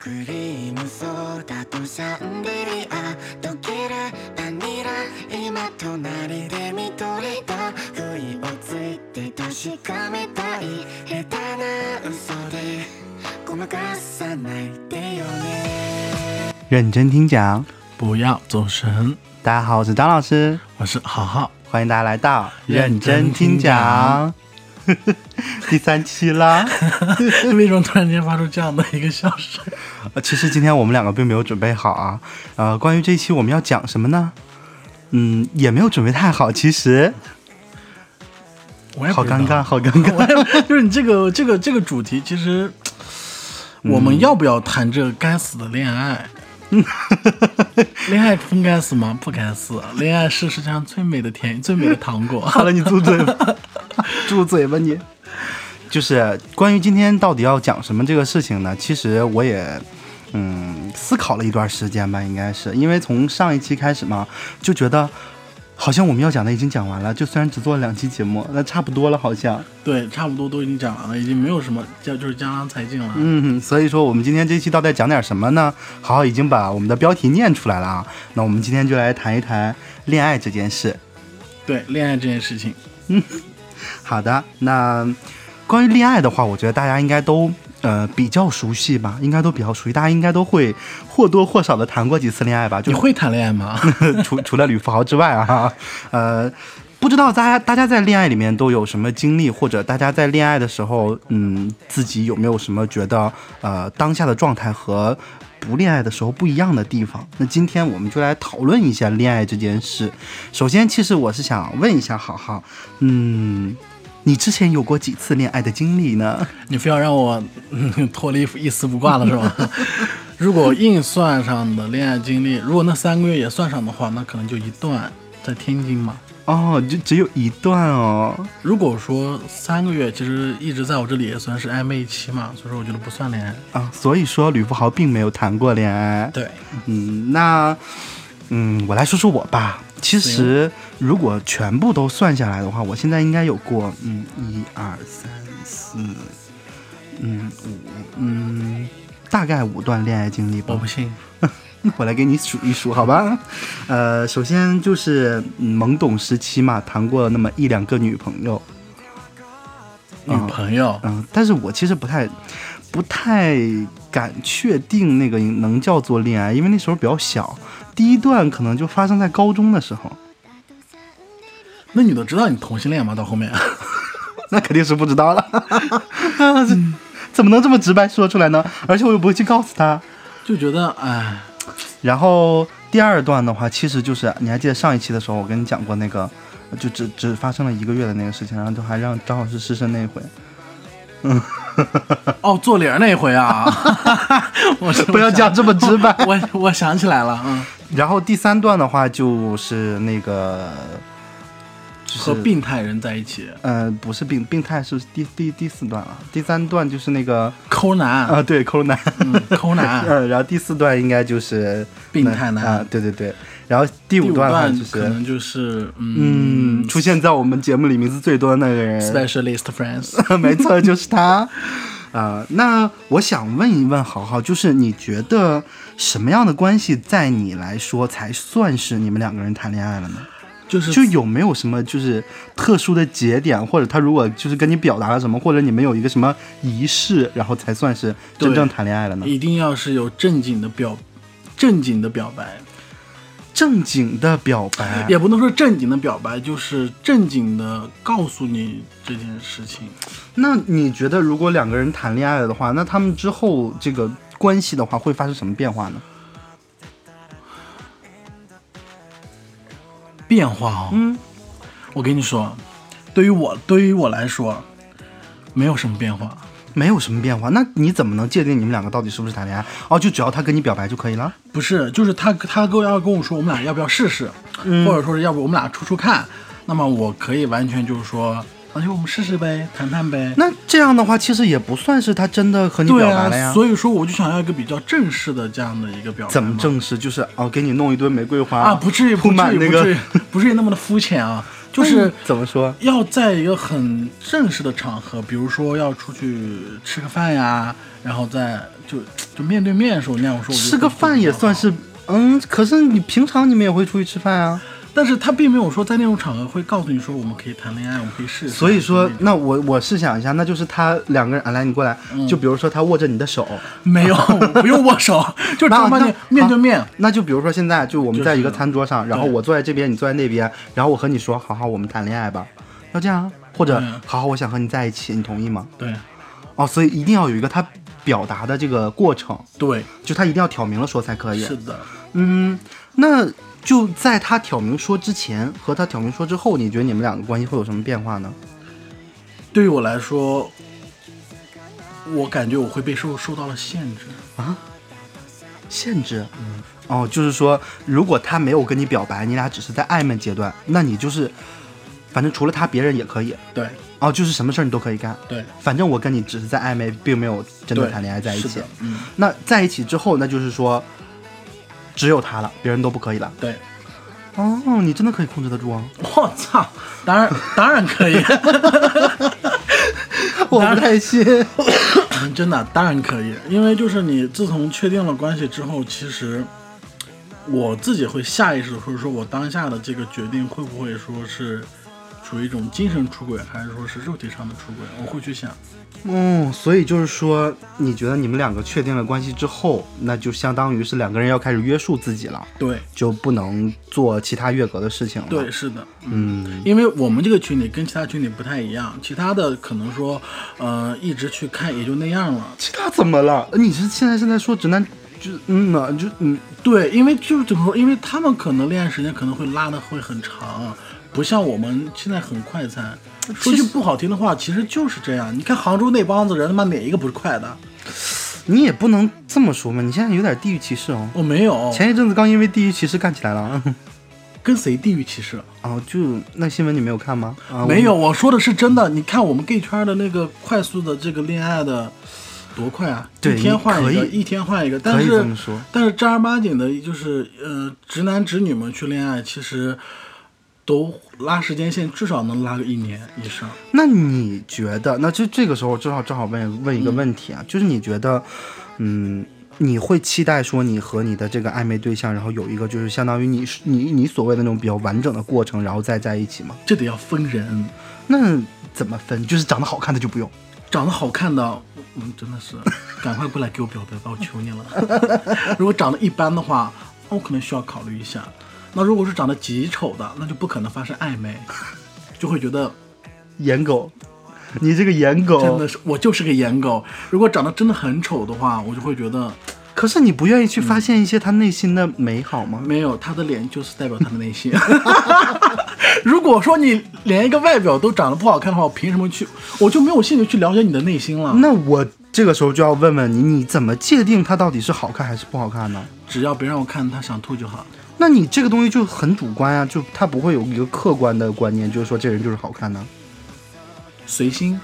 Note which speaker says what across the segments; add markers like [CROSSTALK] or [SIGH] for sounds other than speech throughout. Speaker 1: クリームソーダとシャンデリア溶けるバニラ今隣で見とれた不意をついて確かめたい下手な嘘でごまかさないでよね
Speaker 2: 认真听讲。
Speaker 3: 不要走神，
Speaker 2: 大家好，我是张老师，
Speaker 3: 我是浩浩。
Speaker 2: 欢迎大家来到
Speaker 3: 认真听讲
Speaker 2: 认真听讲 [LAUGHS] 第三期啦。
Speaker 3: 为什么突然间发出这样的一个笑声？ [LAUGHS]
Speaker 2: 呃其实今天我们两个并没有准备好啊。呃，关于这一期我们要讲什么呢？嗯，也没有准备太好，其实
Speaker 3: 我也
Speaker 2: 好
Speaker 3: 不知道
Speaker 2: 尴尬，。好尴尬。
Speaker 3: [LAUGHS] 我也就是你这个这个这个主题，其实
Speaker 2: 嗯
Speaker 3: 我们要不要谈这个该死的恋爱？恋爱真该死吗？不该死。啊恋爱是世界上最美的甜，最美的糖果。 [LAUGHS]
Speaker 2: 好了，你住嘴吧， [LAUGHS] 住嘴吧你。就是关于今天到底要讲什么这个事情呢？其实我也。嗯，思考了一段时间吧，应该是因为从上一期开始嘛，就觉得好像我们要讲的已经讲完了，就虽然只做了两期节目，那差不多了，好像。
Speaker 3: 对，差不多都已经讲完了，已经没有什么叫就是江郎才尽了。
Speaker 2: 嗯，所以说我们今天这期到底讲点什么呢？好好已经把我们的标题念出来了啊，那我们今天就来谈一谈恋爱这件事。
Speaker 3: 对，恋爱这件事情，
Speaker 2: 好的，那关于恋爱的话，我觉得大家应该都呃比较熟悉吧，应该都比较熟悉，大家应该都会或多或少的谈过几次恋爱吧，
Speaker 3: 你
Speaker 2: 就
Speaker 3: 会谈恋爱吗？
Speaker 2: [LAUGHS] 除除了吕富豪之外啊，呃。不知道大家大家在恋爱里面都有什么经历，或者大家在恋爱的时候，嗯，自己有没有什么觉得呃当下的状态和不恋爱的时候不一样的地方？那今天我们就来讨论一下恋爱这件事。首先，其实我是想问一下好好，嗯，你之前有过几次恋爱的经历呢？
Speaker 3: 你非要让我、 [LAUGHS] 嗯、脱离一丝不挂了是吧？ [LAUGHS] 如果硬算上的恋爱经历，如果那三个月也算上的话，那可能就一段在天津嘛。
Speaker 2: 哦，就只有一段哦。
Speaker 3: 如果说三个月其实一直在我这里也算是暧昧期嘛，所以说我觉得不算恋爱。
Speaker 2: 啊，所以说吕富豪并没有谈过恋爱。
Speaker 3: 对，
Speaker 2: 嗯，那嗯，我来说说我吧。其实如果全部都算下来的话，我现在应该有过嗯，一二三四，嗯五嗯，大概五段恋爱经历吧
Speaker 3: 我。不信。
Speaker 2: [LAUGHS] 我来给你数一数，好吧？呃，首先就是嗯懵懂时期嘛，谈过那么一两个女朋友，
Speaker 3: 女朋友，
Speaker 2: 嗯，但是我其实不太不太敢确定那个能叫做恋爱，因为那时候比较小，第一段可能就发生在高中的时候， [LAUGHS]
Speaker 3: 那女的知道你同性恋吗？到后面， [LAUGHS]
Speaker 2: 那肯定是不知道了， [LAUGHS] 这怎么能这么直白说出来呢？而且我又不会去告诉他。
Speaker 3: 就觉得哎，
Speaker 2: 然后第二段的话，其实就是你还记得上一期的时候，我跟你讲过那个，就只只发生了一个月的那个事情，然后就还让张老师失身那一回， [LAUGHS]
Speaker 3: 哦，做零那一
Speaker 2: [LAUGHS]
Speaker 3: 回啊， [LAUGHS] 我
Speaker 2: 不要讲这么直白。
Speaker 3: [LAUGHS]
Speaker 2: [LAUGHS]
Speaker 3: 我我想起来了，嗯，
Speaker 2: 然后第三段的话就是那个，就是
Speaker 3: 和病态人在一起，
Speaker 2: 呃，不是病病态是第第第四段了，第三段就是那个
Speaker 3: 抠男，
Speaker 2: 啊、对，抠男，
Speaker 3: 嗯，
Speaker 2: [LAUGHS]
Speaker 3: 抠男，
Speaker 2: 嗯，然后第四段应该就是
Speaker 3: 病态
Speaker 2: 那
Speaker 3: 男
Speaker 2: 啊、对对对，然后第
Speaker 3: 第
Speaker 2: 五
Speaker 3: 五
Speaker 2: 段的话
Speaker 3: 段
Speaker 2: 就
Speaker 3: 可
Speaker 2: 是
Speaker 3: 能就是
Speaker 2: 嗯，
Speaker 3: 嗯
Speaker 2: 出现在我们节目里名字最多的那个人，
Speaker 3: ，specialist
Speaker 2: [LAUGHS]
Speaker 3: friends。
Speaker 2: 没错，就是他。啊、那我想问一问豪豪，就是你觉得什么样的关系在你来说才算是你们两个人谈恋爱了呢？
Speaker 3: 就是
Speaker 2: 就有没有什么就是特殊的节点，或者他如果就是跟你表达了什么，或者你们有一个什么仪式，然后才算是真正谈恋爱了呢？
Speaker 3: 一定要是有正经的表，正经的表白，
Speaker 2: 正经的表白，
Speaker 3: 也不能说正经的表白，就是正经的告诉你这件事情。
Speaker 2: 那你觉得如果两个人谈恋爱了的话，那他们之后这个关系的话会发生什么变化呢？
Speaker 3: 变化哦，
Speaker 2: 嗯，
Speaker 3: 我跟你说，对于我对于我来说，没有什么变化。
Speaker 2: 没有什么变化，那你怎么能界定你们两个到底是不是谈恋爱？哦，就只要他跟你表白就可以了。
Speaker 3: 不是，就是他他跟我要跟我说，我们俩要不要试试，
Speaker 2: 嗯
Speaker 3: 或者说是要不我们俩处处看，那么我可以完全就是说，那就我们试试呗，谈谈呗。
Speaker 2: 那这样的话，其实也不算是他真的和你
Speaker 3: 对
Speaker 2: 表白了呀。
Speaker 3: 啊，所以说我就想要一个比较正式的这样的一个表白嘛。
Speaker 2: 怎么正式？就是哦，给你弄一堆玫瑰花
Speaker 3: 啊？不至于，
Speaker 2: 铺
Speaker 3: 不至
Speaker 2: 满
Speaker 3: 于，
Speaker 2: 那
Speaker 3: 不
Speaker 2: 个嗯
Speaker 3: 至于，不至于那么的肤
Speaker 2: [LAUGHS]
Speaker 3: 浅啊，就是
Speaker 2: 怎么说？
Speaker 3: 要在一个很正式的场合，比如说要出去吃个饭呀，然后再就就面对面的时候那样说，我觉得
Speaker 2: 吃个饭也算是，嗯，可是你平常你们也会出去吃饭啊。
Speaker 3: 但是他并没有说在那种场合会告诉你说我们可以谈恋爱，我们可以试试。
Speaker 2: 所以说
Speaker 3: 就是，
Speaker 2: 那我我试想一下，那就是他两个人，啊来你过来，
Speaker 3: 嗯
Speaker 2: 就比如说他握着你的手，
Speaker 3: 没有不用握
Speaker 2: [LAUGHS]
Speaker 3: 手，就
Speaker 2: 那
Speaker 3: 正儿八经
Speaker 2: 那
Speaker 3: 面对面
Speaker 2: 好。那就比如说现在就我们在一个餐桌上，然后
Speaker 3: 对
Speaker 2: 我坐在这边，你坐在那边，然后我和你说，好好，我们谈恋爱吧，要这样啊，或者
Speaker 3: 嗯
Speaker 2: 好好，我想和你在一起，你同意吗？
Speaker 3: 对
Speaker 2: 哦，所以一定要有一个他表达的这个过程，
Speaker 3: 对，
Speaker 2: 就他一定要挑明了说才可以。
Speaker 3: 是的，
Speaker 2: 嗯，那就在他挑明说之前和他挑明说之后，你觉得你们两个关系会有什么变化呢？
Speaker 3: 对于我来说，我感觉我会被受受到了限制。
Speaker 2: 限制。哦，就是说，如果他没有跟你表白，你俩只是在暧昧阶段，那你就是，反正除了他，别人也可以。
Speaker 3: 对
Speaker 2: 哦，就是什么事儿你都可以干。
Speaker 3: 对
Speaker 2: 反正我跟你只是在暧昧，并没有真的
Speaker 3: 对，
Speaker 2: 谈恋爱在一
Speaker 3: 是
Speaker 2: 起
Speaker 3: 的。嗯，
Speaker 2: 那在一起之后，那就是说，只有他了，别人都不可以了。
Speaker 3: 对。
Speaker 2: 哦，你真的可以控制得住啊！
Speaker 3: 我操， [LAUGHS] 当然当然可以， [LAUGHS]
Speaker 2: 我不太信。
Speaker 3: 嗯真的当然可以，因为就是你自从确定了关系之后，其实我自己会下意识的说，说我当下的这个决定会不会说是处于一种精神出轨，还是说是肉体上的出轨，我会去想。
Speaker 2: 哦，所以就是说，你觉得你们两个确定了关系之后，那就相当于是两个人要开始约束自己了。
Speaker 3: 对
Speaker 2: 就不能做其他越格的事情了。
Speaker 3: 对，，是的，
Speaker 2: 嗯，
Speaker 3: 因为我们这个群体跟其他群体不太一样，其他的可能说，呃，一直去看也就那样了。
Speaker 2: 其他怎么了？你是现在现在说直男，就嗯呢，就嗯，
Speaker 3: 对，因为就是怎么说，因为他们可能恋爱时间可能会拉的会很长，不像我们现在很快餐。说句不好听的话，其实就是这样。你看杭州那帮子人，他妈哪一个不是快的？
Speaker 2: 你也不能这么说嘛，你现在有点地域歧视哦。
Speaker 3: 我、没有，
Speaker 2: 前一阵子刚因为地域歧视干起来了，嗯
Speaker 3: 跟谁地域歧视？
Speaker 2: 哦，就那新闻你没有看吗？啊，
Speaker 3: 没有，我说的是真的。你看我们 gay 圈的那个快速的这个恋爱的多快啊！
Speaker 2: 对
Speaker 3: 一天换一
Speaker 2: 你
Speaker 3: 个，
Speaker 2: 可以
Speaker 3: 一天换一个。
Speaker 2: 可
Speaker 3: 但
Speaker 2: 以
Speaker 3: 是
Speaker 2: 这么说
Speaker 3: 但是正儿八经的，就是呃，直男直女们去恋爱，其实都拉时间线，至少能拉个一年以上。
Speaker 2: 我。那你觉得？那就这个时候正好正好问问一个问题啊，就是你觉得，嗯。你会期待说你和你的这个暧昧对象，然后有一个就是相当于你你你所谓的那种比较完整的过程，然后再在一起吗？
Speaker 3: 这得要分人，
Speaker 2: 那怎么分？就是长得好看的就不用。
Speaker 3: 长得好看的，嗯，真的
Speaker 2: [LAUGHS]
Speaker 3: 是，赶快过来给我表白吧，我求你了。如果长得一般的话，那我可能需要考虑一下。那如果是长得极丑的，那就不可能发生暧昧，就会觉得
Speaker 2: 颜狗，你这个颜狗
Speaker 3: 真的是我就是个颜狗。如果长得真的很丑的话，我就会觉得
Speaker 2: 可是你不愿意去发现一些他内心的美好吗？
Speaker 3: 没有他的脸就是代表他的
Speaker 2: [LAUGHS]
Speaker 3: 内心。 [LAUGHS] 如果说你连一个外表都长得不好看的话，我凭什么去？我就没有兴趣去了解你的内心了。
Speaker 2: 那我这个时候就要问问你，你怎么界定他到底是好看还是不好看呢？
Speaker 3: 只要别让我看他想吐就好。
Speaker 2: 那你这个东西就很主观啊，就他不会有一个客观的观念，就是说这人就是好看的。
Speaker 3: 随心，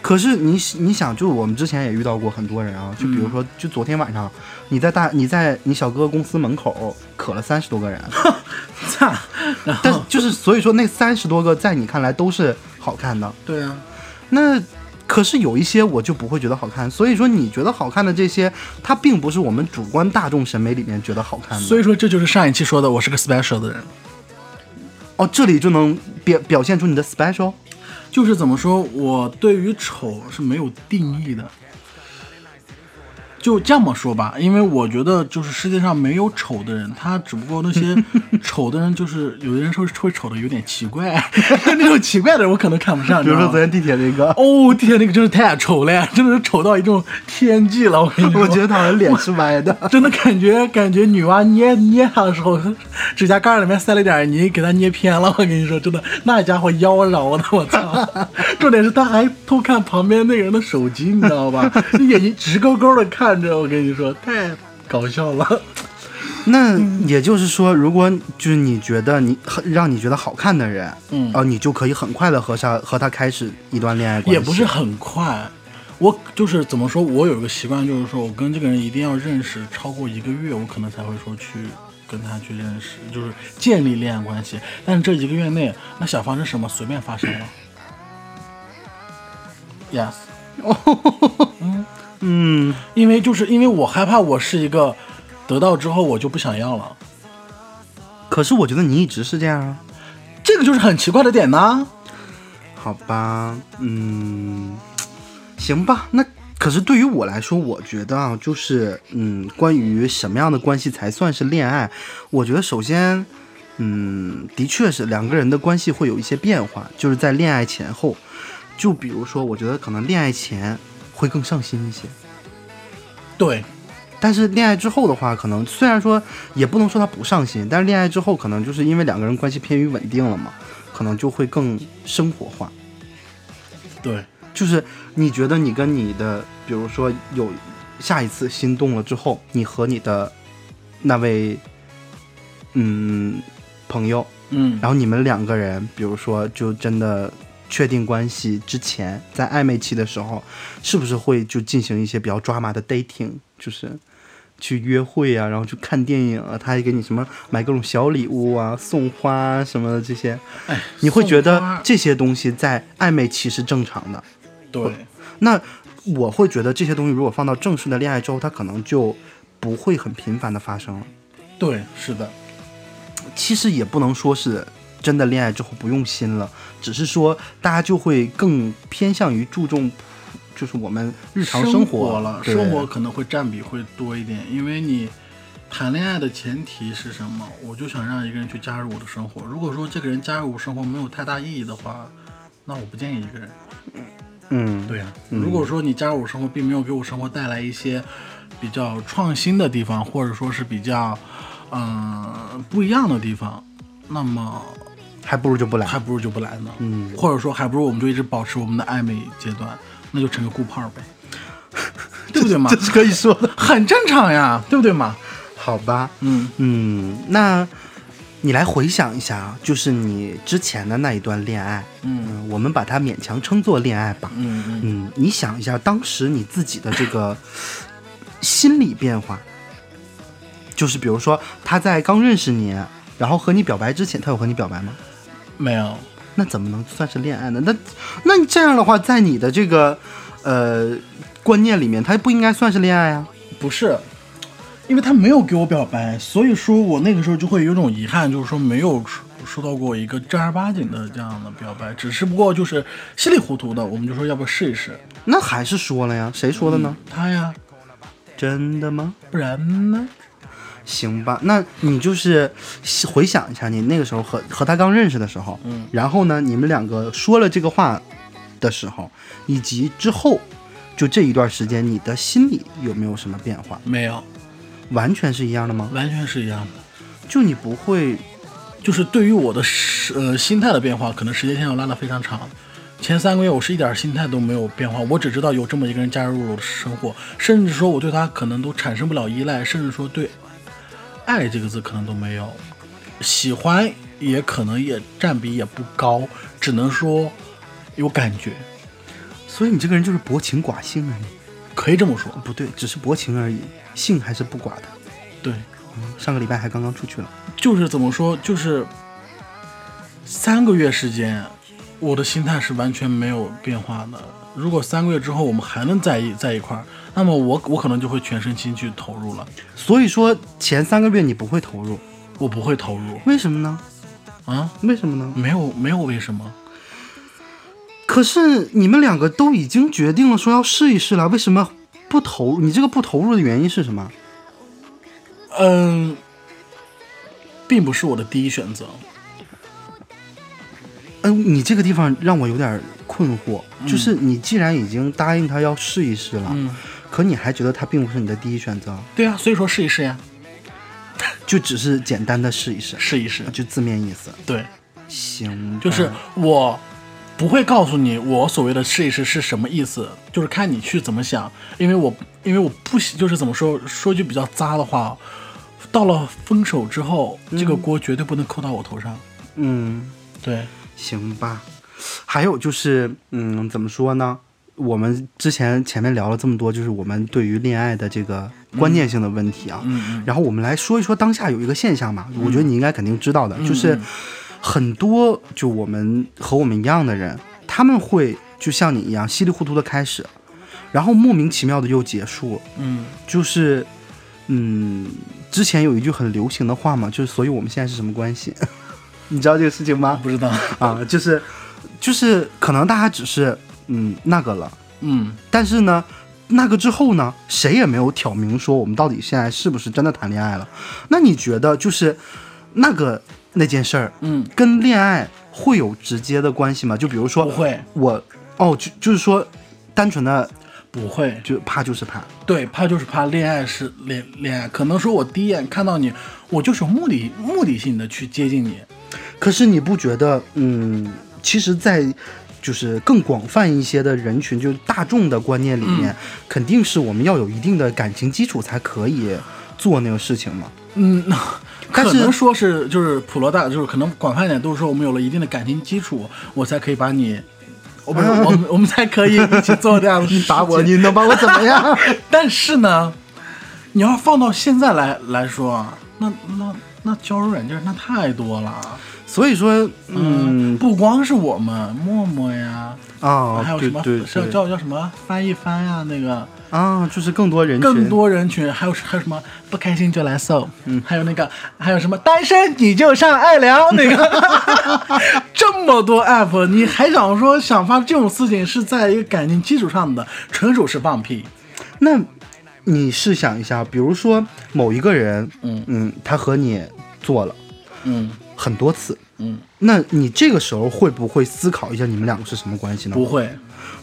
Speaker 2: 可是你你想，就我们之前也遇到过很多人啊，就比如说，就昨天晚上，你在大你在你小哥哥公司门口渴了三十多个 [LAUGHS] 人，啊
Speaker 3: 操， [LAUGHS] 然后
Speaker 2: [LAUGHS] 但就是所以说那三十多个在你看来都是好看的，
Speaker 3: 对啊，
Speaker 2: 那可是有一些我就不会觉得好看，所以说你觉得好看的这些，它并不是我们主观大众审美里面觉得好看的。
Speaker 3: 所以说这就是上一期说的，我是个 special 的人，
Speaker 2: 哦，这里就能表表现出你的 special。
Speaker 3: 就是怎么说，我对于丑是没有定义的。就这么说吧，因为我觉得就是世界上没有丑的人，他只不过
Speaker 2: [LAUGHS]
Speaker 3: 那些丑的人，就是有的人说会丑的有点奇怪， [LAUGHS] 就那种奇怪的人我可能看不上。
Speaker 2: 啊比如说
Speaker 3: 你
Speaker 2: 昨
Speaker 3: 知道
Speaker 2: 天
Speaker 3: 吗
Speaker 2: 地铁那个，
Speaker 3: 哦天，那个真是太丑了呀，真的是丑到一种天际了，我跟
Speaker 2: [LAUGHS]
Speaker 3: 你说。
Speaker 2: 我觉得他好像脸是歪的。
Speaker 3: [LAUGHS] 真的感觉感觉女娲捏捏它的时候，指甲盖儿里面塞了点泥，给它捏偏了。我跟你说，真的，那家伙妖娆的，我操！重点是他还偷看旁边那个人的手机，你知道吧？眼睛直勾勾的看着，我跟你说，太搞笑了。
Speaker 2: [LAUGHS] 那也就是说，如果就是你觉得你让你觉得好看的人，
Speaker 3: 嗯
Speaker 2: 呃，你就可以很快的和他和他开始一段恋爱关系。
Speaker 3: 也不是很快，我就是怎么说，我有一个习惯，就是说我跟这个人一定要认识超过一个月，我可能才会说去跟他去认识，就是建立恋爱关系。但是这一个月内，那想发生什么随便发生了。Yes，
Speaker 2: 哦，嗯
Speaker 3: 因为就是因为我害怕我是一个得到之后我就不想要了，
Speaker 2: 可是我觉得你一直是这样啊。
Speaker 3: 这个就是很奇怪的点呐、
Speaker 2: 好吧，嗯，行吧。那可是对于我来说，我觉得啊，就是嗯，关于什么样的关系才算是恋爱？我觉得首先，嗯，的确是两个人的关系会有一些变化，就是在恋爱前后。就比如说，我觉得可能恋爱前会更上心一些，
Speaker 3: 对，
Speaker 2: 但是恋爱之后的话，可能虽然说也不能说他不上心，但是恋爱之后可能就是因为两个人关系偏于稳定了嘛，可能就会更生活化。
Speaker 3: 对，
Speaker 2: 就是你觉得你跟你的，比如说有下一次心动了之后，你和你的那位嗯朋友，
Speaker 3: 嗯，
Speaker 2: 然后你们两个人，比如说就真的确定关系之前，在暧昧期的时候，是不是会就进行一些比较抓马的 dating，就是去约会啊，然后去看电影啊，他还给你什么买各种小礼物啊，送花啊什么的这些，
Speaker 3: 哎，
Speaker 2: 你会觉
Speaker 3: 送
Speaker 2: 得
Speaker 3: 花
Speaker 2: 这些东西在暧昧期是正常的。
Speaker 3: 对，
Speaker 2: 那我会觉得这些东西如果放到正式的恋爱之后，它可能就不会很频繁的发生了。
Speaker 3: 对，是的，
Speaker 2: 其实也不能说是真的恋爱之后不用心了，只是说大家就会更偏向于注重，就是我们日常
Speaker 3: 生
Speaker 2: 活
Speaker 3: 了，
Speaker 2: 对
Speaker 3: 生活可能会占比会多一点，因为你谈恋爱的前提是什么？我就想让一个人去加入我的生活。如果说这个人加入我生活没有太大意义的话，那我不建议一个人。
Speaker 2: 嗯，
Speaker 3: 对呀、如果说你加入我生活，并没有给我生活带来一些比较创新的地方，或者说是比较嗯、呃不一样的地方，那么
Speaker 2: 还不如就不来
Speaker 3: 还。不如就不来呢。嗯，或者说还不如我们就一直保持我们的暧昧阶段，那就成个顾泡
Speaker 2: [LAUGHS]
Speaker 3: 呗，对不对嘛
Speaker 2: [LAUGHS] 这？是可以说的，
Speaker 3: 很正常呀，对不对嘛？
Speaker 2: 好吧？
Speaker 3: 嗯，
Speaker 2: 嗯，那你来回想一下啊，就是你之前的那一段恋爱，
Speaker 3: 嗯
Speaker 2: 我们把它勉强称作恋爱吧。
Speaker 3: 嗯嗯，
Speaker 2: 嗯，你想一下当时你自己的这个心理变化，就是比如说他在刚认识你，然后和你表白之前，他有和你表白吗？
Speaker 3: 没有，
Speaker 2: 那怎么能算是恋爱呢？那那你这样的话，在你的这个呃观念里面，他不应该算是恋爱啊。
Speaker 3: 不是，因为他没有给我表白，所以说我那个时候就会有一种遗憾，就是说没有收收到过一个正儿八经的这样的表白，只是不过就是稀里糊涂的，我们就说要不要试一试。
Speaker 2: 那还是说了呀，谁说的呢？
Speaker 3: 他呀，
Speaker 2: 嗯真的吗？
Speaker 3: 不然呢？
Speaker 2: 行吧，那你就是回想一下你那个时候和和他刚认识的时候，
Speaker 3: 嗯，
Speaker 2: 然后呢，你们两个说了这个话的时候，以及之后，就这一段时间，你的心里有没有什么变化？
Speaker 3: 没有，
Speaker 2: 完全是一样的吗？
Speaker 3: 完全是一样的。
Speaker 2: 就你不会，
Speaker 3: 就是对于我的时呃心态的变化，可能时间线要拉得非常长。前三个月我是一点心态都没有变化，我只知道有这么一个人加入我的生活，甚至说我对他可能都产生不了依赖，甚至说对“爱”这个字可能都没有，喜欢也可能也占比也不高，只能说有感觉，
Speaker 2: 所以你这个人就是薄情寡性啊！你
Speaker 3: 可以这么说。
Speaker 2: 不对，只是薄情而已，性还是不寡的。嗯
Speaker 3: 对，
Speaker 2: 上个礼拜还刚刚出去了，
Speaker 3: 就是怎么说，就是三个月时间，我的心态是完全没有变化的。如果三个月之后我们还能在一在一块儿，那么我我可能就会全身心去投入了。
Speaker 2: 所以说前三个月你不会投入，
Speaker 3: 我不会投入
Speaker 2: 为什么呢？
Speaker 3: 啊，
Speaker 2: 为什么呢？
Speaker 3: 没有没有为什么，
Speaker 2: 可是你们两个都已经决定了说要试一试了，为什么不投入？你这个不投入的原因是什么？
Speaker 3: 嗯，并不是我的第一选择。
Speaker 2: 嗯，你这个地方让我有点困惑，就是你既然已经答应他要试一试了，
Speaker 3: 嗯，
Speaker 2: 可你还觉得他并不是你的第一选择，
Speaker 3: 对啊，所以说试一试呀，
Speaker 2: 就只是简单的试一试，
Speaker 3: 试一试。
Speaker 2: 就字面意思。
Speaker 3: 对，
Speaker 2: 行吧，
Speaker 3: 就是我不会告诉你我所谓的试一试是什么意思，就是看你去怎么想，因为我因为我不喜，就是怎么说说句比较渣的话，到了分手之后，这个锅绝对不能扣到我头上。
Speaker 2: 嗯，
Speaker 3: 对，
Speaker 2: 行吧。还有就是，嗯，怎么说呢？我们之前前面聊了这么多，就是我们对于恋爱的这个关键性的问题啊。
Speaker 3: 嗯
Speaker 2: 然后我们来说一说当下有一个现象吧，我觉得你应该肯定知道的，就是很多就我们和我们一样的人，他们会就像你一样稀里糊涂的开始，然后莫名其妙的又结束，
Speaker 3: 嗯
Speaker 2: 就是，嗯，之前有一句很流行的话嘛，就是所以我们现在是什么关系？你知道这个事情吗？
Speaker 3: 不知道，
Speaker 2: 啊，就是，就是可能大家只是嗯那个了，
Speaker 3: 嗯
Speaker 2: 但是呢，那个之后呢，谁也没有挑明说我们到底现在是不是真的谈恋爱了。那你觉得就是那个那件事儿
Speaker 3: 嗯，
Speaker 2: 跟恋爱会有直接的关系吗？就比如
Speaker 3: 不
Speaker 2: 说
Speaker 3: 会
Speaker 2: 我哦，就就是说单纯的
Speaker 3: 不会，
Speaker 2: 就怕就是怕，
Speaker 3: 对，怕就是怕恋爱是恋恋爱，可能说我第一眼看到你，我就是有目的目的性的去接近你，
Speaker 2: 可是你不觉得嗯，其实，在就是更广泛一些的人群，就是大众的观念里面，肯定是我们要有一定的感情基础才可以做那个事情嘛。
Speaker 3: 嗯，
Speaker 2: 但
Speaker 3: 可
Speaker 2: 是
Speaker 3: 能说是就是普罗大，就是可能广泛一点都是说我们有了一定的感情基础，我才可以把你，我不是我们我们才可以一起做这样的事情。
Speaker 2: [LAUGHS] 你能把我怎么样？
Speaker 3: 但是呢，你要放到现在来来说啊，那那那交友软件那太多了，
Speaker 2: 所以说，嗯
Speaker 3: 不光是我们，陌陌呀，
Speaker 2: 啊
Speaker 3: 还，有
Speaker 2: 对
Speaker 3: 什么
Speaker 2: 对
Speaker 3: 叫
Speaker 2: 对
Speaker 3: 叫叫什么翻一翻呀，那个
Speaker 2: 啊，就是更多人群，
Speaker 3: 更多人群，还有还有什么不开心就来搜，嗯，还有那个还有什么单身你就上爱聊那 [LAUGHS] 个，这么多 app，你还想说想发这种事情是在一个感情基础上的，纯属是放屁。
Speaker 2: 那你试想一下，比如说某一个人，
Speaker 3: 嗯
Speaker 2: 嗯，他和你做了
Speaker 3: 嗯
Speaker 2: 很多次，
Speaker 3: 嗯，
Speaker 2: 那你这个时候会不会思考一下你们两个是什么关系呢
Speaker 3: 不？会，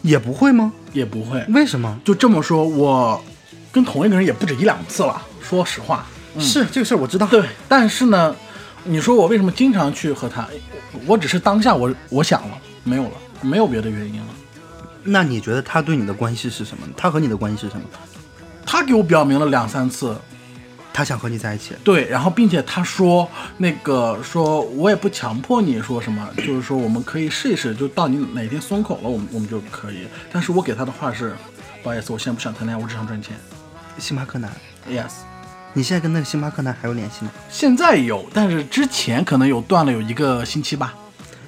Speaker 2: 也不会吗？
Speaker 3: 也不会。
Speaker 2: 为什么？
Speaker 3: 就这么说，我跟同一个人也不止一两次了，说实话。
Speaker 2: 是这个事儿我知道，
Speaker 3: 嗯对，但是呢，你说我为什么经常去和他？我只是当下我我想了，没有了，没有别的原因了。
Speaker 2: 那你觉得他对你的关系是什么呢？他和你的关系是什么？
Speaker 3: 他给我表明了两三次，
Speaker 2: 他想和你在一起，
Speaker 3: 对，然后并且他说那个说我也不强迫你说什么，就是说我们可以试一试，就到你哪天松口了，我们我们就可以。但是我给他的话是，不好意思，我现在不想谈恋爱，我只想赚钱。
Speaker 2: 星巴克男，
Speaker 3: Yes，
Speaker 2: 你现在跟那个星巴克男还有联系吗？
Speaker 3: 现在有，但是之前可能有断了有一个星期吧。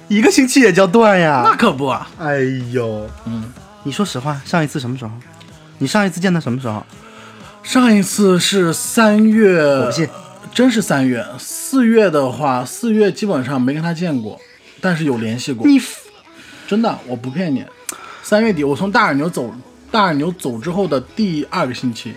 Speaker 2: 一个星期也叫断呀
Speaker 3: 那可不啊，
Speaker 2: 哎呦，
Speaker 3: 嗯，
Speaker 2: 你说实话，上一次什么时候？你上一次见他什么时候？
Speaker 3: 上一次是三月，
Speaker 2: 我不信
Speaker 3: 真是三月。四月的话，四月基本上没跟他见过，但是有联系过。
Speaker 2: 你
Speaker 3: 真的，我不骗你。三月底，我从大耳牛走，大耳牛走之后的第二个星期，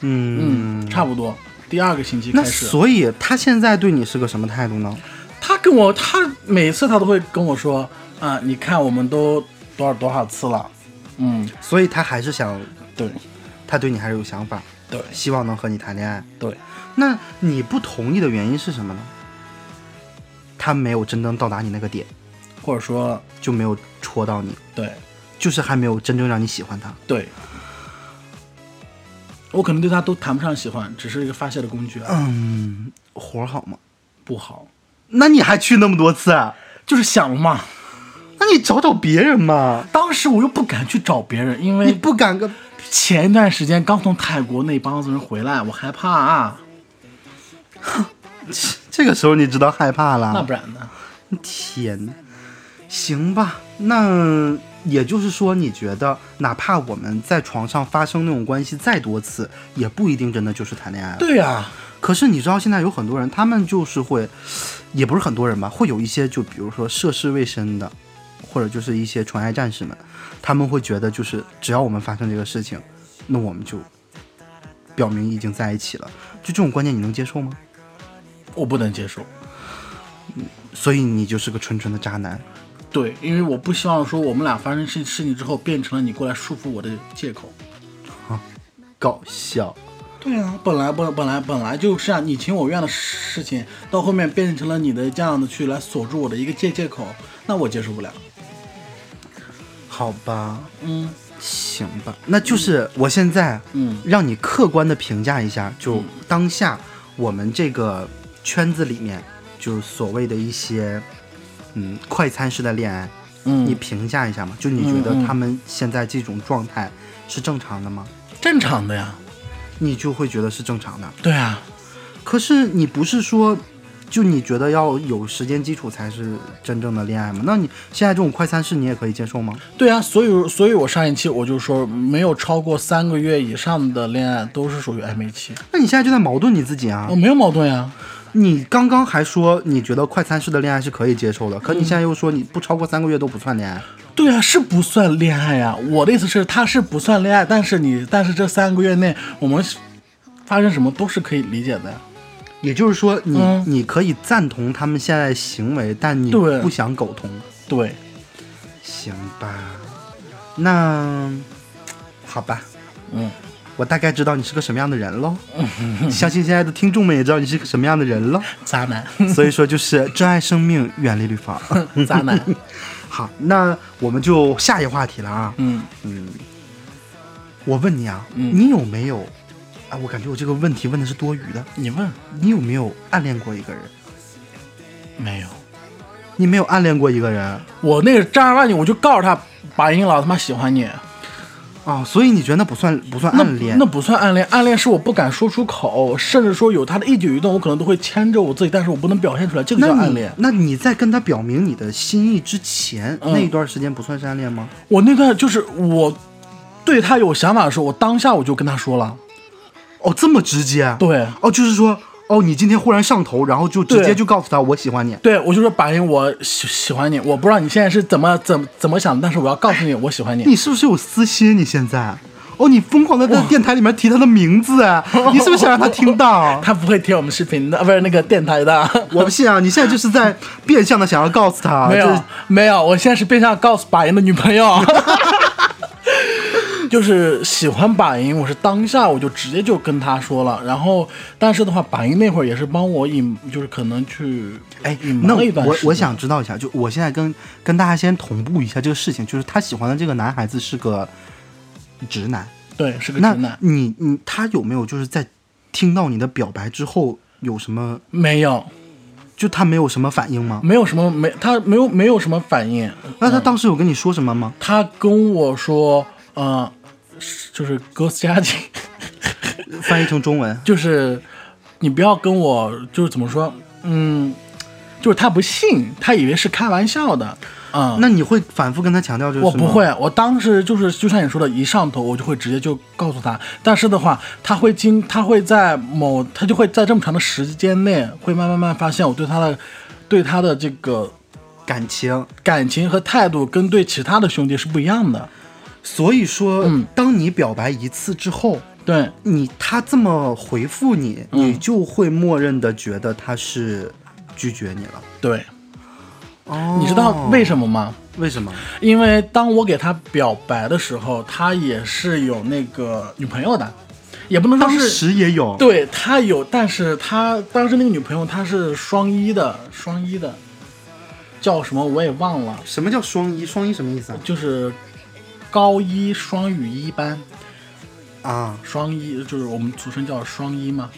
Speaker 2: 嗯，
Speaker 3: 嗯，差不多，第二个星期
Speaker 2: 那
Speaker 3: 开始，
Speaker 2: 所以他现在对你是个什么态度呢？
Speaker 3: 他跟我，他每次他都会跟我说，啊、你看我们都多少多少次了，嗯，
Speaker 2: 所以他还是想，
Speaker 3: 对，
Speaker 2: 他对你还是有想法，
Speaker 3: 对，
Speaker 2: 希望能和你谈恋爱。
Speaker 3: 对，
Speaker 2: 那你不同意的原因是什么呢？他没有真正到达你那个点，
Speaker 3: 或者说，
Speaker 2: 就没有戳到你，
Speaker 3: 对，
Speaker 2: 就是还没有真正让你喜欢他。
Speaker 3: 对，我可能对他都谈不上喜欢，只是一个发泄的工具啊，
Speaker 2: 嗯，活儿好吗？
Speaker 3: 不好，
Speaker 2: 那你还去那么多次？啊
Speaker 3: 就是想了嘛。
Speaker 2: 那你找找别人嘛，
Speaker 3: 当时我又不敢去找别人，因
Speaker 2: 你
Speaker 3: 为
Speaker 2: 不敢跟
Speaker 3: 前一段时间刚从泰国那帮子人回来，我害怕啊。
Speaker 2: 这个时候你知道害怕了？
Speaker 3: 那不然呢？
Speaker 2: 天呐，行吧，那也就是说，你觉得哪怕我们在床上发生那种关系再多次，也不一定真的就是谈恋爱了。
Speaker 3: 对啊呀、
Speaker 2: 可是你知道，现在有很多人，他们就是会，也不是很多人吧，会有一些就比如说涉世未深的，或者就是一些纯爱战士们，他们会觉得就是只要我们发生这个事情，那我们就表明已经在一起了。就这种观念，你能接受吗？
Speaker 3: 我不能接受。
Speaker 2: 所以你就是个纯纯的渣男。
Speaker 3: 对，因为我不希望说我们俩发生事事情之后变成了你过来束缚我的借口。
Speaker 2: 搞笑。
Speaker 3: 对啊，本来本本来本来就是啊，你情我愿的事情，到后面变成了你的这样的去来锁住我的一个借借口，那我接受不了。
Speaker 2: 好吧，
Speaker 3: 嗯
Speaker 2: 行吧，那就是我现在
Speaker 3: 嗯
Speaker 2: 让你客观的评价一下，就当下我们这个圈子里面，就所谓的一些嗯快餐式的恋爱，
Speaker 3: 嗯，
Speaker 2: 你评价一下嘛？就你觉
Speaker 3: 嗯
Speaker 2: 得
Speaker 3: 嗯
Speaker 2: 他们现在这种状态是正常的吗？
Speaker 3: 正常的呀。
Speaker 2: 你就会觉得是正常的。
Speaker 3: 对啊，
Speaker 2: 可是你不是说就你觉得要有时间基础才是真正的恋爱吗？那你现在这种快餐式你也可以接受吗？
Speaker 3: 对啊，所以所以我上一期我就说，没有超过三个月以上的恋爱都是属于暧昧期。哦
Speaker 2: 那你现在就在矛盾你自己啊
Speaker 3: 我！没有矛盾呀、
Speaker 2: 你刚刚还说你觉得快餐式的恋爱是可以接
Speaker 3: 嗯
Speaker 2: 受的，可你现在又说你不超过三个月都不算恋爱。
Speaker 3: 对啊，是不算恋爱呀、我的意思是，他是不算恋爱，但是你，但是这三个月内我们发生什么都是可以理解的呀。
Speaker 2: 也就是说你，
Speaker 3: 嗯
Speaker 2: 你可以赞同他们现在的行为，但你
Speaker 3: 对
Speaker 2: 不想苟同，
Speaker 3: 对，
Speaker 2: 行吧？那好吧，
Speaker 3: 嗯，
Speaker 2: 我大概知道你是个什么样的人
Speaker 3: [LAUGHS]
Speaker 2: 喽。相信现在的听众们也知道你是个什么样的人喽。
Speaker 3: 渣男， [LAUGHS]
Speaker 2: 所以说，就是珍爱生命，远离绿房。
Speaker 3: 渣男，
Speaker 2: 好，那我们就下一个话题了啊。
Speaker 3: 嗯，
Speaker 2: 我问你啊，你有没有？啊，我感觉我这个问题问的是多余的。
Speaker 3: 你问
Speaker 2: 你有没有暗恋过一个人？
Speaker 3: 没有？
Speaker 2: 你没有暗恋过一个人
Speaker 3: 我那个正儿八经，我就告诉他，把英老他妈喜欢你，
Speaker 2: 哦，所以你觉得那不算不算
Speaker 3: 那
Speaker 2: 暗恋？
Speaker 3: 那不算暗恋，暗恋是我不敢说出口，甚至说有他的一举一动，我可能都会牵着我自己，但是我不能表现出来，这个
Speaker 2: 那
Speaker 3: 叫
Speaker 2: 你
Speaker 3: 暗恋。
Speaker 2: 那你在跟他表明你的心意之前，
Speaker 3: 嗯
Speaker 2: 那一段时间不算是暗恋吗？
Speaker 3: 我那段就是我对他有想法的时候，我当下我就跟他说了，
Speaker 2: 哦，这么直接？，
Speaker 3: 对。
Speaker 2: 哦，就是说，哦，你今天忽然上头，然后就直接
Speaker 3: 对
Speaker 2: 就告诉他我喜欢你。
Speaker 3: 对，我就说把音，我喜喜欢你，我不知道你现在是怎么怎么怎么想的，但是我要告诉你，我喜欢你。
Speaker 2: 你是不是有私心？你现在？哦，你疯狂的在电台里面提他的名字，啊
Speaker 3: [LAUGHS]
Speaker 2: 你是不是想让他听到？ [LAUGHS]
Speaker 3: 他不会听我们视频的，啊不是那个电台的。
Speaker 2: 我不信啊！你现在就是在变相的想要告诉他，
Speaker 3: 没
Speaker 2: 就是
Speaker 3: 有啊没有，我现在是变相告诉把音的女朋 [LAUGHS] 友，就是喜欢把音，我是当下我就直接就跟他说了。然后，但是的话，把音那会儿也是帮我隐，就是可能去
Speaker 2: 哎
Speaker 3: 隐，
Speaker 2: 那
Speaker 3: 瞒了一段
Speaker 2: 我
Speaker 3: 时间。
Speaker 2: 我想知道一下，就我现在跟跟大家先同步一下这个事情，就是他喜欢的这个男孩子是个直男，
Speaker 3: 对是个直
Speaker 2: 那
Speaker 3: 男，
Speaker 2: 你你他有没有就是在听到你的表白之后有什么？
Speaker 3: 没有
Speaker 2: 就他没有什么反应吗？
Speaker 3: 没有什么没他没有没有什么反应。
Speaker 2: 那他当时有跟你说什么吗？
Speaker 3: 他跟我说，呃，是就是哥斯家境，
Speaker 2: 翻译成中文，
Speaker 3: 就是你不要跟我，就是怎么说，嗯，就是他不信，他以为是开玩笑的，啊、
Speaker 2: 那你会反复跟他强调这个
Speaker 3: 我
Speaker 2: 事吗？
Speaker 3: 不会，我当时就是就像你说的，一上头我就会直接就告诉他，但是的话，他会经他会在某他就会在这么长的时间内，会慢慢慢慢发现我对他的对他的这个
Speaker 2: 感情。
Speaker 3: 感情和态度跟对其他的兄弟是不一样的，
Speaker 2: 所以说，
Speaker 3: 嗯
Speaker 2: 当你表白一次之后，
Speaker 3: 对。
Speaker 2: 你他这么回复你，
Speaker 3: 嗯
Speaker 2: 你就会默认的觉得他是拒绝你了。
Speaker 3: 对，
Speaker 2: 哦
Speaker 3: 你知道为什么吗？
Speaker 2: 为什么？
Speaker 3: 因为当我给他表白的时候，他也是有那个女朋友的，也不能说
Speaker 2: 当
Speaker 3: 是。
Speaker 2: 时也有，
Speaker 3: 对他有，但是他当时那个女朋友她是双一的，双一的，叫什么我也忘了，
Speaker 2: 什么叫双一？双一什么意思啊？
Speaker 3: 就是高一双语一班，
Speaker 2: 啊，
Speaker 3: 双一就是我们俗称叫双一嘛，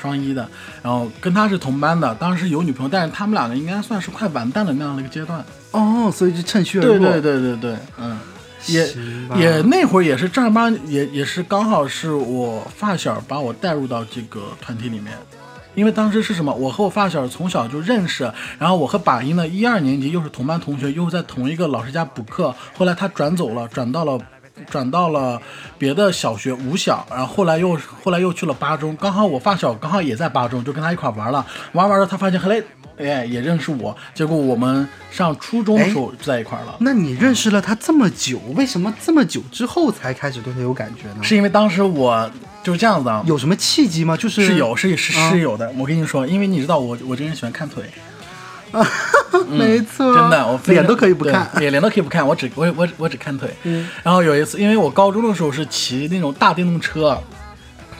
Speaker 3: 双一的，然后跟他是同班的，当时有女朋友，但是他们两个应该算是快完蛋了那样的一个阶段，
Speaker 2: 哦，所以就趁虚而
Speaker 3: 对
Speaker 2: 入。
Speaker 3: 对对对对，嗯，也
Speaker 2: 行吧
Speaker 3: 也那会儿也是正儿八，也也是刚好是我发小把我带入到这个团体里面，因为当时是什么，我和我发小从小就认识，然后我和把一呢一二年级又是同班同学，又是在同一个老师家补课，后来他转走了，转到了。转到了别的小学五小，然后后来又后来又去了八中，刚好我发小刚好也在八中，就跟他一块儿玩了，玩玩着他发现，后来哎也认识我，结果我们上初中的时候就在一块儿了。
Speaker 2: 那你认识了他这么久，为什么这么久之后才开始对他有感觉呢？
Speaker 3: 是因为当时我就是这样子啊，
Speaker 2: 有什么契机吗？就是
Speaker 3: 是有是是
Speaker 2: 啊
Speaker 3: 是有的。我跟你说，因为你知道我我这人喜欢看腿，
Speaker 2: 没错，
Speaker 3: 嗯真的，我非
Speaker 2: 嗯
Speaker 3: 常
Speaker 2: 脸都可以不看。嗯
Speaker 3: 对脸脸都可以不看，我只我我我只看腿。然后有一次，因为我高中的时候是骑那种大电动车。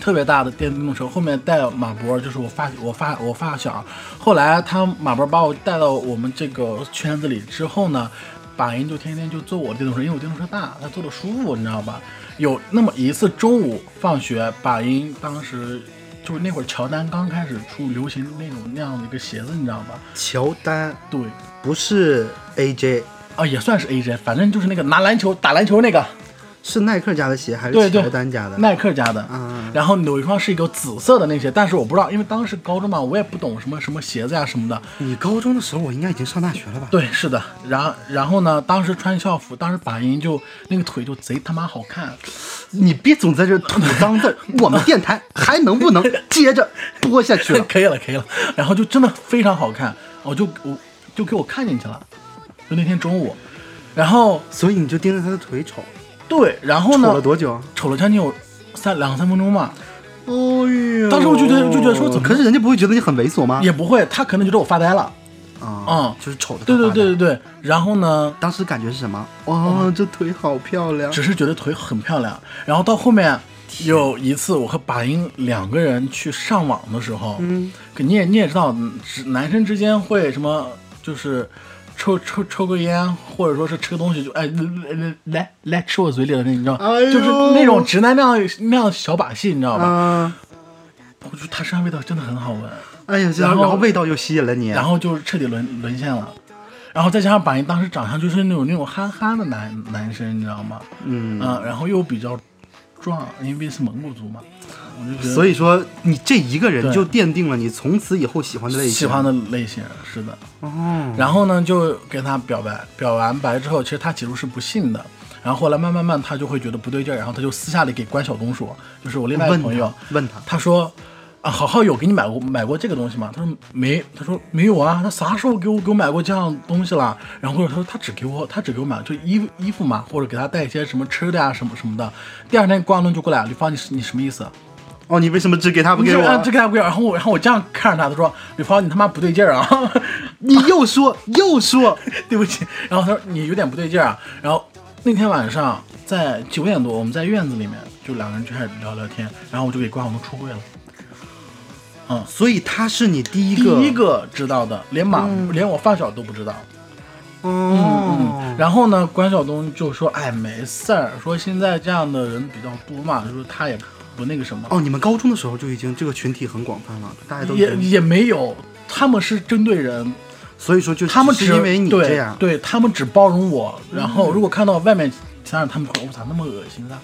Speaker 3: 特别大的电动车，后面带马博，就是我发我发我发小。后来他马博把我带到我们这个圈子里之后呢，把人就天天就坐我的电动车，因为我电动车大，他坐的舒服，你知道吧？有那么一次中午放学，把人当时就是那会儿乔丹刚开始出流行那种那样的一个鞋子，你知道吧？
Speaker 2: 乔丹
Speaker 3: 对，
Speaker 2: 不是 AJ，
Speaker 3: 哦啊，也算是 AJ，反正就是那个拿篮球打篮球那个，
Speaker 2: 是耐克家的鞋还
Speaker 3: 对
Speaker 2: 是
Speaker 3: 对
Speaker 2: 乔丹家的？
Speaker 3: 耐克家的。
Speaker 2: 啊
Speaker 3: 然后有一双是一个紫色的那些，但是我不知道，因为当时高中嘛，我也不懂什么什么鞋子呀、什么的。
Speaker 2: 你高中的时候，我应该已经上大学了吧？
Speaker 3: 对，是的。然然后呢，当时穿校服，当时把人就那个腿就贼他妈好
Speaker 2: [LAUGHS]
Speaker 3: 看。
Speaker 2: 你别总在这吐脏字儿，我们电台还能
Speaker 3: [LAUGHS]
Speaker 2: 不能接着播下去了？
Speaker 3: 可以了，可以了。然后就真的非常好看，我就我就给我看进去了，就那天中午。然后
Speaker 2: 所以你就盯着他的腿瞅，
Speaker 3: 对，然后
Speaker 2: 瞅
Speaker 3: 呢？
Speaker 2: 了多久？
Speaker 3: 瞅了将近有三两三分钟吧，
Speaker 2: 哎呦
Speaker 3: 当时我就觉得就觉得说怎么
Speaker 2: 可是人家不会觉得你很猥琐吗？
Speaker 3: 也不会，他可能觉得我发呆了。
Speaker 2: 啊
Speaker 3: 嗯，
Speaker 2: 就是瞅着。
Speaker 3: 对对对，对对。然后呢，
Speaker 2: 当时感觉是什么？哇，这腿好漂亮。
Speaker 3: 只是觉得腿很漂亮。然后到后面有一次，我和把音两个人去上网的时候，嗯，你也你也知道，嗯直男生之间会什么，就是抽抽抽个烟，或者说是吃个东西，就哎来来来来吃我嘴里的那，你知道，
Speaker 2: 哎呦
Speaker 3: 就是那种直男那样那样小把戏，你知道吧？
Speaker 2: 啊，
Speaker 3: 我觉得他身上味道真的很好闻，
Speaker 2: 哎呀，这
Speaker 3: 然
Speaker 2: 然
Speaker 3: 后
Speaker 2: 后味道又吸引了你，
Speaker 3: 然后就彻底沦沦陷了。然后再加上把音当时长相就是那种那种憨憨的男男生，你知道吗？
Speaker 2: 嗯，
Speaker 3: 嗯，然后又比较壮，因为是蒙古族嘛，我就觉得
Speaker 2: 所以说你这一个人
Speaker 3: 对
Speaker 2: 就奠定了你从此以后喜欢的类型。
Speaker 3: 喜欢的类型是的。
Speaker 2: 哦，
Speaker 3: 然后呢，就跟他表白，表完白之后，其实他起初是不信的。然后后来慢慢慢，他就会觉得不对劲儿，然后他就私下里给关晓东说，就是我另外一个
Speaker 2: 问
Speaker 3: 朋友
Speaker 2: 他，，问他，
Speaker 3: 他说啊，好好有给你买过买过这个东西吗？他说没，他说没有啊，他啥时候给我给我买过这样东西了？然后或者他说他只给我他只给我买就衣服衣服嘛，或者给他带一些什么吃的呀、什么什么的。第二天光东就过来了，李芳你是你什么意思？
Speaker 2: 哦，你为什么只给他不给
Speaker 3: 你这啊
Speaker 2: 我
Speaker 3: 这？个还不给我。然后我然后我这样看着他，他说李芳你他妈不对劲儿啊， [LAUGHS]
Speaker 2: 你又说又 [LAUGHS] 说，
Speaker 3: 对不起。然后他说你有点不对劲儿啊。然后那天晚上在九点多，我们在院子里面就两个人就开始聊聊天，然后我就给关晓东出柜了。
Speaker 2: 所以他是你第一
Speaker 3: 第
Speaker 2: 个，嗯
Speaker 3: 一个知道的，连马、连我发小都不知道。嗯
Speaker 2: 哦，
Speaker 3: 然后呢，关晓东就说：“哎，没事儿，说现在这样的人比较多嘛，就说他也不那个什么，
Speaker 2: 哦，你们高中的时候就已经这个群体很广泛了，大家都已
Speaker 3: 也
Speaker 2: 经
Speaker 3: 也没有，他们是针对人，
Speaker 2: 所以说 [LAUGHS] 就
Speaker 3: 他们
Speaker 2: 只
Speaker 3: 只
Speaker 2: 是因为你这样，
Speaker 3: 对对他们只包容我。然后如果看到外面其他人，他们会我咋那么恶心呢？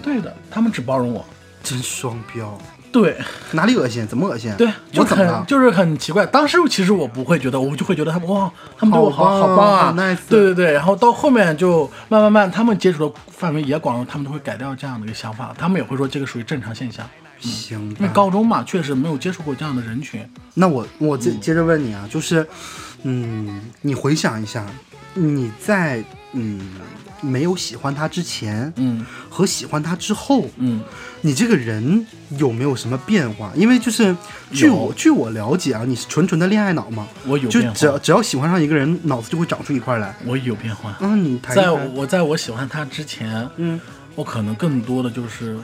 Speaker 3: 对的，他们只包容我。
Speaker 2: 真双标，
Speaker 3: 对
Speaker 2: 哪里恶心？怎么恶心？
Speaker 3: 对，就
Speaker 2: 我怎么
Speaker 3: 很
Speaker 2: 了？
Speaker 3: 就是很奇怪。当时其实我不会觉得，我就会觉得他们哇，他们对我好
Speaker 2: 好棒
Speaker 3: 好棒啊
Speaker 2: 好 nice
Speaker 3: 对对对。然后到后面就慢慢慢，他们接触的范围也广了，他们都会改掉这样的一个想法，他们也会说这个属于正常现象。
Speaker 2: 行
Speaker 3: 因
Speaker 2: 吧
Speaker 3: 为，高中嘛，确实没有接触过这样的人群。
Speaker 2: 那我我接接着问你啊，就是，嗯，你回想一下，你在嗯没有喜欢他之前，
Speaker 3: 嗯
Speaker 2: 和喜欢他之后，
Speaker 3: 嗯
Speaker 2: 你这个人有没有什么变化？因为就是据
Speaker 3: 有
Speaker 2: 我据我了解啊，你是纯纯的恋爱脑嘛，
Speaker 3: 我有
Speaker 2: 就
Speaker 3: 变化
Speaker 2: 只要只要喜欢上一个人，脑子就会长出一块来。
Speaker 3: 我有变化，
Speaker 2: 啊，你谈一
Speaker 3: 在
Speaker 2: 谈，
Speaker 3: 我在我喜欢他之前，
Speaker 2: 嗯，
Speaker 3: 我可能更多的就是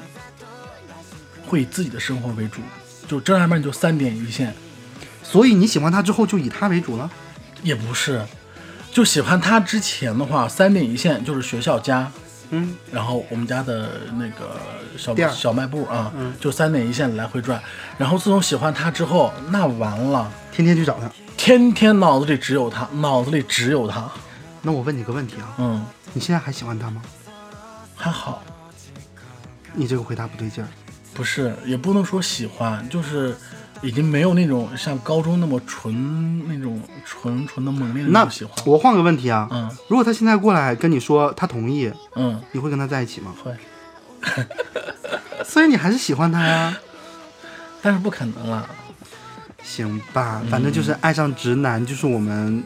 Speaker 3: 会以自己的生活为主，就正儿八经就三点一线，
Speaker 2: 所以你喜欢他之后就以他为主了。
Speaker 3: 也不是，就喜欢他之前的话，三点一线就是学校加，
Speaker 2: 嗯，
Speaker 3: 然后我们家的那个小
Speaker 2: 店儿嗯
Speaker 3: 小卖部啊，就三点一线来回转。然后自从喜欢他之后，那完了，
Speaker 2: 天天去找他。
Speaker 3: 天天脑子里只有他，脑子里只有他。
Speaker 2: 那我问你个问题啊，
Speaker 3: 嗯，
Speaker 2: 你现在还喜欢他吗？
Speaker 3: 还好，
Speaker 2: 你这个回答不对劲儿。
Speaker 3: 不是，也不能说喜欢，就是。已经没有那种像高中那么纯那种纯纯的猛烈的那
Speaker 2: 那
Speaker 3: 种喜欢，
Speaker 2: 我换个问题啊，
Speaker 3: 嗯
Speaker 2: 如果他现在过来跟你说他同意，
Speaker 3: 嗯，
Speaker 2: 你会跟他在一起吗？
Speaker 3: 会，
Speaker 2: 所以你还是喜欢他呀？ [LAUGHS]
Speaker 3: 但是不可能了。
Speaker 2: 行吧，反正就是爱上直男就是我们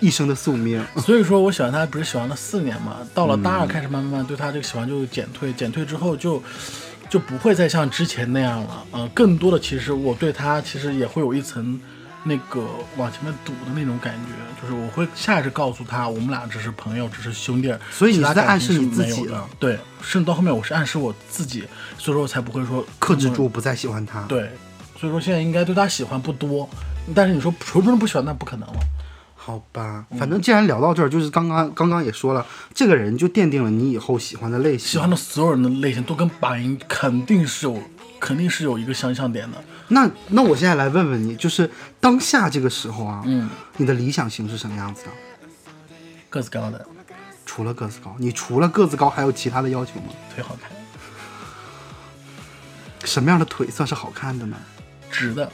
Speaker 2: 一生的宿命。
Speaker 3: 所以说我喜欢他，不是喜欢了四年嘛？到了
Speaker 2: 嗯
Speaker 3: 大二开始，慢慢慢对他这个喜欢就减退，减退之后就就不会再像之前那样了。嗯、更多的其实我对他其实也会有一层那个往前面堵的那种感觉，就是我会下意识告诉他，我们俩只是朋友，只是兄弟儿。
Speaker 2: 所以你
Speaker 3: 其他
Speaker 2: 是在
Speaker 3: 感
Speaker 2: 暗示
Speaker 3: 情
Speaker 2: 你
Speaker 3: 是
Speaker 2: 自
Speaker 3: 没有
Speaker 2: 己
Speaker 3: 的
Speaker 2: 的？
Speaker 3: 对，甚至到后面我是暗示我自己，所以说我才不会说
Speaker 2: 克制住不再喜欢他。，
Speaker 3: 对，所以说现在应该对他喜欢不多，但是你说纯纯的不喜欢，那不可能了。
Speaker 2: 好吧，反正既然聊到这儿，就是刚刚刚刚也说了，这个人就奠定了你以后喜欢的类型。
Speaker 3: 喜欢的所有人的类型都跟把音肯定是有，肯定是有一个相像点的。
Speaker 2: 那那我现在来问问你，就是当下这个时候啊，嗯，你的理想型是什么样子的？
Speaker 3: 个子高的，
Speaker 2: 除了个子高，你除了个子高还有其他的要求吗？
Speaker 3: 腿好看，
Speaker 2: 什么样的腿算是好看的
Speaker 3: [LAUGHS]
Speaker 2: 呢？
Speaker 3: 直的。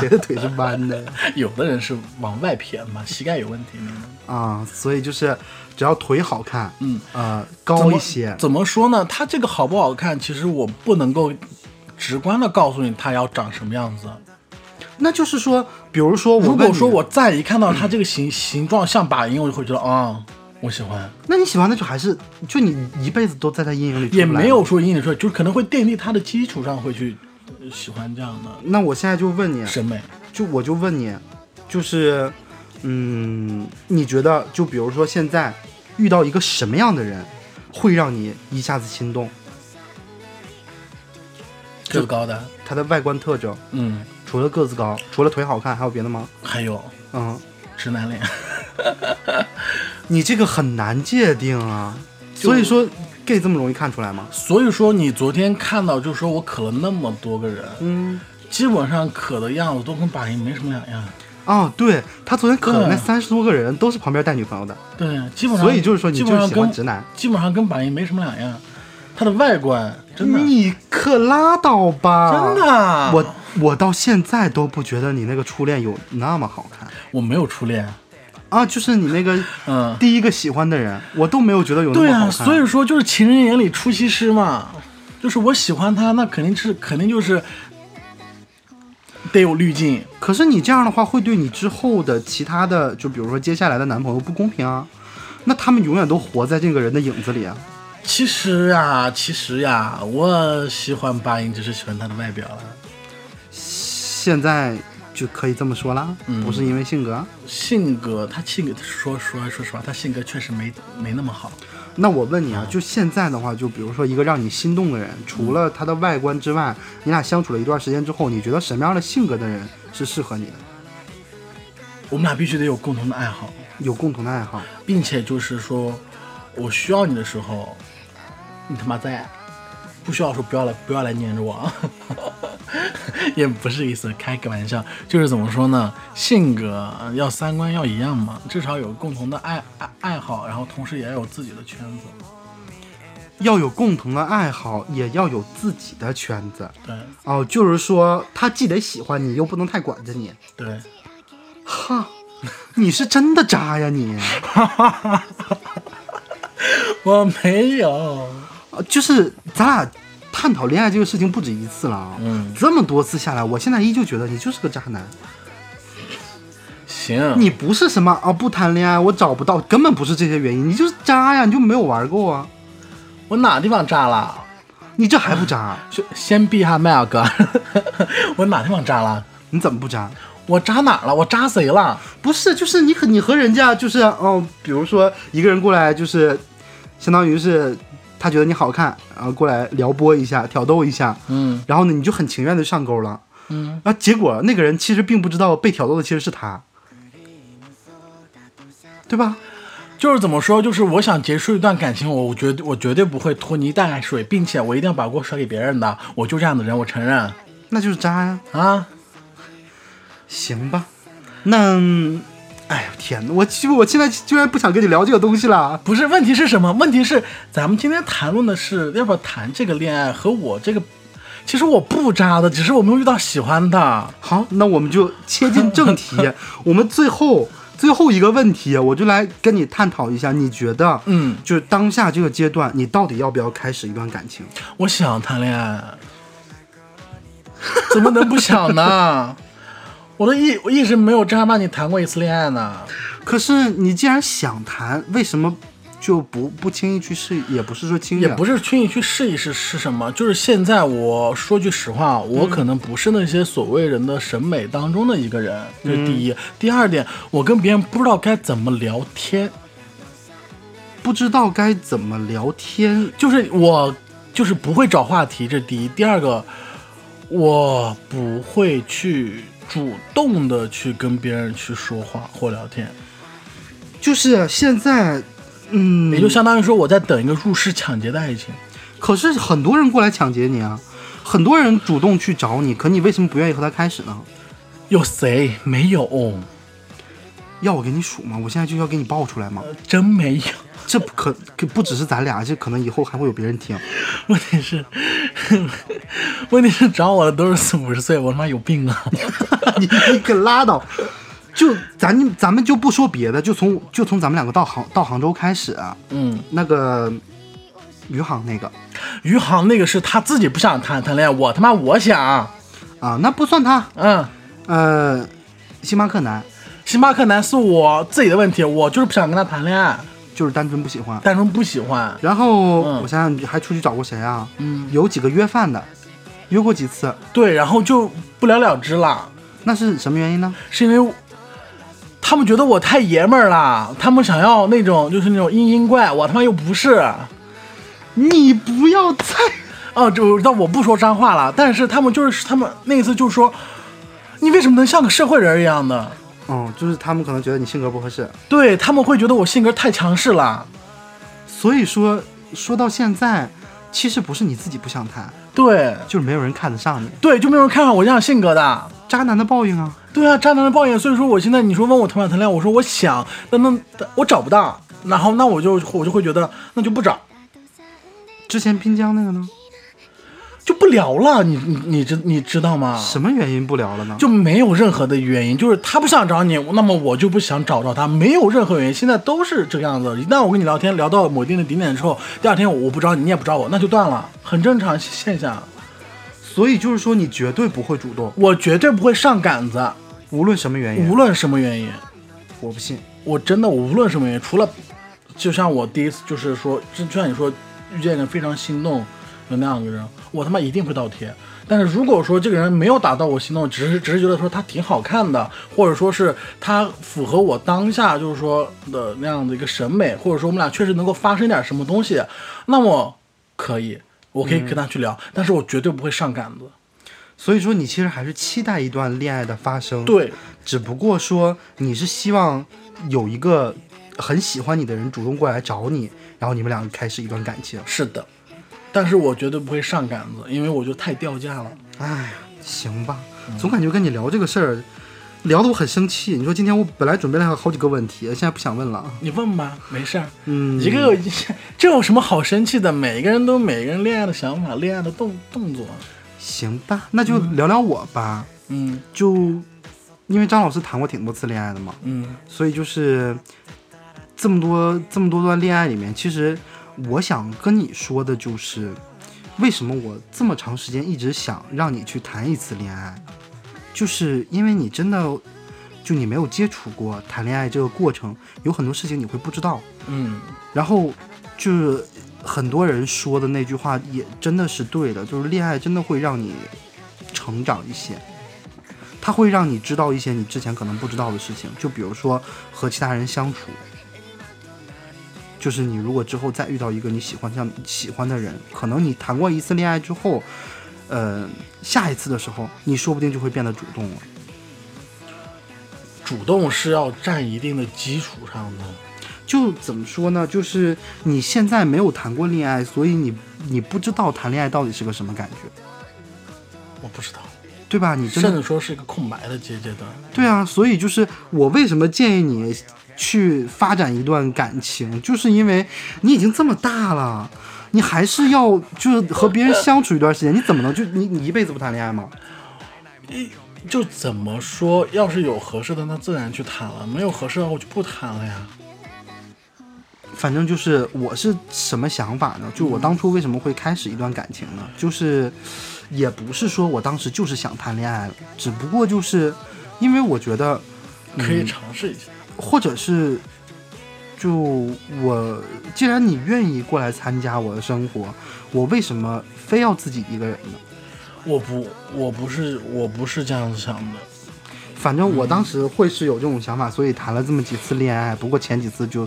Speaker 2: 谁的腿是弯的呀？
Speaker 3: 有的人是往外偏嘛，膝盖有问题那种。
Speaker 2: 啊，所以就是只要腿好看，
Speaker 3: 嗯，
Speaker 2: 呃，
Speaker 3: 怎
Speaker 2: 高
Speaker 3: 么
Speaker 2: 一些，
Speaker 3: 怎么说呢？它这个好不好看，其实我不能够直观的告诉你它要长什么样子。
Speaker 2: 那就是说，比如说我
Speaker 3: 如
Speaker 2: 问
Speaker 3: 果
Speaker 2: 你
Speaker 3: 说我再一看到它这个形、形状像把银，我就会觉得啊、我喜欢。
Speaker 2: 那你喜欢的就还是就你一辈子都在他阴影里出不
Speaker 3: 也
Speaker 2: 来
Speaker 3: 没有。说阴影说，就是可能会奠定它的基础上会去呃喜欢这样的
Speaker 2: 那我现在就问你，
Speaker 3: 审美。
Speaker 2: 就我就问你，就是，嗯，你觉得就比如说现在遇到一个什么样的人，会让你一下子心动？
Speaker 3: 个高的，
Speaker 2: 他的外观特征，
Speaker 3: 嗯，
Speaker 2: 除了个子高，除了腿好看，还有别的吗？
Speaker 3: 还有
Speaker 2: 嗯，
Speaker 3: 直男脸，
Speaker 2: 你这个很难界定啊。所以说，gay 这么容易看出来吗？
Speaker 3: [LAUGHS] 所以说你昨天看到，就是说我渴了那么多个人，
Speaker 2: 嗯，
Speaker 3: 基本上渴的样子都跟把银没什么两样。
Speaker 2: 哦，对他昨天可能那
Speaker 3: 对
Speaker 2: 三十多个人都是旁边带女朋友的，
Speaker 3: 对，基本上，
Speaker 2: 所以就是说你
Speaker 3: 基
Speaker 2: 就
Speaker 3: 本上
Speaker 2: 喜欢
Speaker 3: 跟
Speaker 2: 直男，
Speaker 3: 基本上跟把银没什么两样。它的外观真的
Speaker 2: 你可拉倒吧！
Speaker 3: 真的，啊
Speaker 2: 我我到现在都不觉得你那个初恋有那么好看
Speaker 3: 我没有初恋，
Speaker 2: 啊！就是你那
Speaker 3: [LAUGHS]
Speaker 2: 个
Speaker 3: 嗯，
Speaker 2: 第一个喜欢的人，我都没有觉得有那
Speaker 3: 对
Speaker 2: 么
Speaker 3: 啊，
Speaker 2: 好看。
Speaker 3: 所以说就是情人眼里出西施嘛，就是我喜欢他，那肯定是肯定就是得有滤镜。
Speaker 2: 可是你这样的话，会对你之后的其他的，就比如说接下来的男朋友不公平啊。那他们永远都活在这个人的影子里啊！
Speaker 3: 其实啊，其实呀、我喜欢八音，只是喜欢他的外表了。
Speaker 2: 现在就可以这么说啦，不是因为性格啊。
Speaker 3: 性格，他性格说说说实话，他性格确实没没那么好。
Speaker 2: 那我问你啊，就现在的话，就比如说一个让你心动的人，除了他的外观之外，你俩相处了一段时间之后，你觉得什么样的性格的人是适合你的？
Speaker 3: 我们俩必须得有共同的爱好，
Speaker 2: 有共同的爱好，
Speaker 3: 并且就是说，我需要你的时候，你他妈在；不需要说不要来不要来黏着我，啊， [LAUGHS] 也不是意思，开个玩笑，就是怎么说呢，性格呃要三观要一样嘛，至少有共同的爱爱爱好，然后同时也要有自己的圈子。
Speaker 2: 要有共同的爱好，也要有自己的圈子。
Speaker 3: 对
Speaker 2: 哦，就是说他既得喜欢你，又不能太管着你。
Speaker 3: 对，
Speaker 2: 哈，你是真的渣呀你！
Speaker 3: 我没有，
Speaker 2: 呃就是咱俩探讨恋爱这个事情不止一次了啊，
Speaker 3: 嗯
Speaker 2: 这么多次下来，我现在依旧觉得你就是个渣男。
Speaker 3: 行，
Speaker 2: 你不是什么啊不谈恋爱，我找不到，根本不是这些原因，你就是渣呀，你就没有玩过啊，
Speaker 3: 我哪地方渣了？
Speaker 2: 你这还不渣？
Speaker 3: 先先闭下麦啊哥， [LAUGHS] 我哪地方渣了？
Speaker 2: 你怎么不渣？
Speaker 3: 我渣哪儿了？我渣谁了？
Speaker 2: 不是，就是你和你和人家就是哦，比如说一个人过来就是，相当于是他觉得你好看，然后过来撩拨一下、挑逗一下，
Speaker 3: 嗯
Speaker 2: 然后呢你就很情愿的上钩了，
Speaker 3: 嗯。
Speaker 2: 然后结果那个人其实并不知道被挑逗的其实是他，对吧？
Speaker 3: 就是怎么说，就是我想结束一段感情，我我绝我绝对不会拖泥带水，并且我一定要把锅甩给别人的，我就这样的人，我承认
Speaker 2: 那就是渣呀、
Speaker 3: 啊。
Speaker 2: 行吧，那，哎呦天哪，我就我现在居然不想跟你聊这个东西了。
Speaker 3: 不是，问题是什么？问题是咱们今天谈论的是要不要谈这个恋爱和我这个，其实我不渣的，只是我没有遇到喜欢的。
Speaker 2: 好，那我们就切进正
Speaker 3: [LAUGHS]
Speaker 2: 题，我们最后最后一个问题，我就来跟你探讨一下，你觉得，
Speaker 3: 嗯，
Speaker 2: 就是当下这个阶段，你到底要不要开始一段感情？
Speaker 3: 我想谈恋爱， [LAUGHS] 怎么能不想呢？我都一我一直没有正儿八经谈过一次恋爱呢。
Speaker 2: 可是你既然想谈，为什么就不不轻易去试？也不是说轻易
Speaker 3: 也
Speaker 2: 啊，
Speaker 3: 不是轻易去试一试是什么，就是现在我说句实话，我可能不是那些所谓人的审美当中的一个人，这、是第一。第二点，我跟别人不知道该怎么聊天，
Speaker 2: 不知道该怎么聊天。
Speaker 3: 就是我就是不会找话题，这是第一。第二个，我不会去主动的去跟别人去说话或聊天，
Speaker 2: 就是现在，嗯，
Speaker 3: 也就相当于说我在等一个入室抢劫的爱情。
Speaker 2: 可是很多人过来抢劫你啊，很多人主动去找你，可你为什么不愿意和他开始呢？
Speaker 3: 有谁没有？
Speaker 2: 要我给你数吗？我现在就要给你报出来吗？
Speaker 3: 真没有，
Speaker 2: 这不可可不只是咱俩，这可能以后还会有别人听。 [LAUGHS]
Speaker 3: 问题是，问题是找我的都是四五十岁，我他妈有病啊！ [LAUGHS]
Speaker 2: 你你可拉倒！就咱咱们就不说别的，就从就从咱们两个到杭到杭州开始，啊
Speaker 3: 嗯，
Speaker 2: 那个余杭那个
Speaker 3: 余杭那个是他自己不想谈谈恋爱，我他妈我想，
Speaker 2: 啊，那不算他。
Speaker 3: 嗯，
Speaker 2: 呃，星巴克男
Speaker 3: 星巴克男是我自己的问题，我就是不想跟他谈恋爱，
Speaker 2: 就是单纯不喜欢。
Speaker 3: 单纯不喜欢。
Speaker 2: 然后、
Speaker 3: 嗯
Speaker 2: 我想想还出去找过谁啊？嗯，有几个约饭的，约过几次，
Speaker 3: 对，然后就不了了之了，
Speaker 2: 那是什么原因呢？
Speaker 3: 是因为我他们觉得我太爷们儿了，他们想要那种就是那种阴阴怪，我他妈又不是。
Speaker 2: 你不要再
Speaker 3: 哦，就但我不说脏话了，但是他们就是他们那一次就说，你为什么能像个社会人一样的？
Speaker 2: 哦，就是他们可能觉得你性格不合适，
Speaker 3: 对他们会觉得我性格太强势了。
Speaker 2: 所以说说到现在，其实不是你自己不想谈，
Speaker 3: 对
Speaker 2: 就是没有人看得上你，
Speaker 3: 对，就没有人看上我这样性格的。
Speaker 2: 渣男的报应啊！
Speaker 3: 对啊，渣男的抱怨。所以说我现在你说问我谈不谈恋爱，我说我想，但那但我找不到，然后那我就我就会觉得那就不找，
Speaker 2: 之前滨江那个呢？
Speaker 3: 就不聊了。你你你知你知道吗？
Speaker 2: 什么原因不聊了呢？
Speaker 3: 就没有任何的原因，就是他不想找你，那么我就不想找到他，没有任何原因。现在都是这个样子。一旦我跟你聊天聊到某定的顶点之后，第二天我不找你，你也不找我，那就断了，很正常现象。
Speaker 2: 所以就是说你绝对不会主动，
Speaker 3: 我绝对不会上杆子，
Speaker 2: 无论什么原
Speaker 3: 无
Speaker 2: 因，
Speaker 3: 论什么原因，
Speaker 2: 我不信。
Speaker 3: 我真的我无论什么原因，除了就像我第一次就是说，就就像你说遇见一个非常心动的那样一个人，我他妈一定会倒贴。但是如果说这个人没有打到我心动，只是只是觉得说他挺好看的，或者说是他符合我当下就是说的那样的一个审美，或者说我们俩确实能够发生点什么东西，那么可以，我可以跟他去聊，但是我绝对不会上杆子。
Speaker 2: 所以说你其实还是期待一段恋爱的发生，，
Speaker 3: 对，
Speaker 2: 只不过说你是希望有一个很喜欢你的人主动过来找你，然后你们俩开始一段感情。
Speaker 3: 是的，但是我绝对不会上杆子，因为我觉得太掉价了。
Speaker 2: 哎，行吧，总感觉跟你聊这个事儿，聊得我很生气。你说今天我本来准备了好几个问题，现在不想问了。
Speaker 3: 你问吧，没事儿。
Speaker 2: 嗯
Speaker 3: 一个一这有 [LAUGHS] 什么好生气的？每个人都有每个人恋爱的想法，恋爱的动动作。
Speaker 2: 行吧，那就聊聊我吧。
Speaker 3: 嗯
Speaker 2: 就因为张老师谈过挺多次恋爱的嘛，
Speaker 3: 嗯
Speaker 2: 所以就是这么多这么多段恋爱里面，其实我想跟你说的就是，为什么我这么长时间一直想让你去谈一次恋爱，就是因为你真的就你没有接触过谈恋爱这个过程，有很多事情你会不知道，
Speaker 3: 嗯，
Speaker 2: 然后就是很多人说的那句话也真的是对的，就是恋爱真的会让你成长一些，它会让你知道一些你之前可能不知道的事情，就比如说和其他人相处。就是你如果之后再遇到一个你喜欢上喜欢的人，可能你谈过一次恋爱之后，呃，下一次的时候，你说不定就会变得主动了。
Speaker 3: 主动是要站一定的基础上的。
Speaker 2: 就怎么说呢？就是你现在没有谈过恋爱，所以你你不知道谈恋爱到底是个什么感觉，
Speaker 3: 我不知道，
Speaker 2: 对吧？你真
Speaker 3: 甚
Speaker 2: 的
Speaker 3: 至说是一个空白的阶阶段。
Speaker 2: 对啊，所以就是我为什么建议你去发展一段感情，就是因为你已经这么大了，你还是要就是和别人相处一段时间，你怎么能就你你一辈子不谈恋爱吗？
Speaker 3: 就怎么说，要是有合适的，那自然去谈了；没有合适的，我就不谈了呀。
Speaker 2: 反正就是我是什么想法呢？就我当初为什么会开始一段感情呢？就是也不是说我当时就是想谈恋爱了，只不过就是因为我觉得，
Speaker 3: 可以尝试一下。
Speaker 2: 或者是就我既然你愿意过来参加我的生活，我为什么非要自己一个人呢？
Speaker 3: 我不，我不是，我不是这样想的。
Speaker 2: 反正我当时会是有这种想法，所以谈了这么几次恋爱，不过前几次就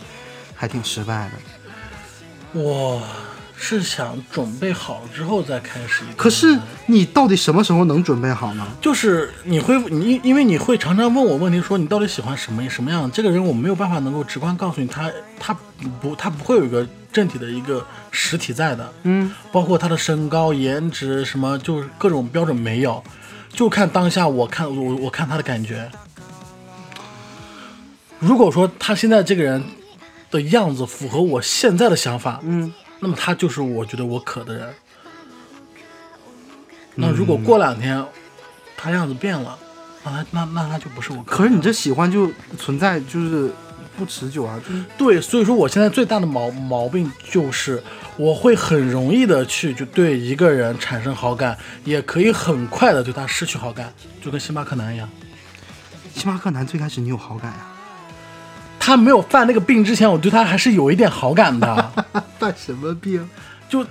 Speaker 2: 还挺失败的。
Speaker 3: 我是想准备好之后再开始一个。
Speaker 2: 可是你到底什么时候能准备好呢？
Speaker 3: 就是你会，你因为你会常常问我问题，说你到底喜欢什么什么样？这个人我没有办法能够直观告诉你，他他不他不会有一个正体的一个实体在的，嗯，包括他的身高、颜值什么，就是各种标准没有，就看当下我看我我看他的感觉。如果说他现在这个人的样子符合我现在的想法，嗯，那么他就是我觉得我可的人。那如果过两天他样子变了，那他那那他就不是我可
Speaker 2: 可是你这喜欢就存在，就是不持久啊，就是
Speaker 3: 对，所以说我现在最大的毛毛病就是，我会很容易的去就对一个人产生好感，也可以很快的对他失去好感，就跟星巴克男一样。
Speaker 2: 星巴克男最开始你有好感啊呀、
Speaker 3: [LAUGHS] 他没有犯那个病之前，我对他还是有一点好感的。
Speaker 2: 犯什么病？
Speaker 3: 就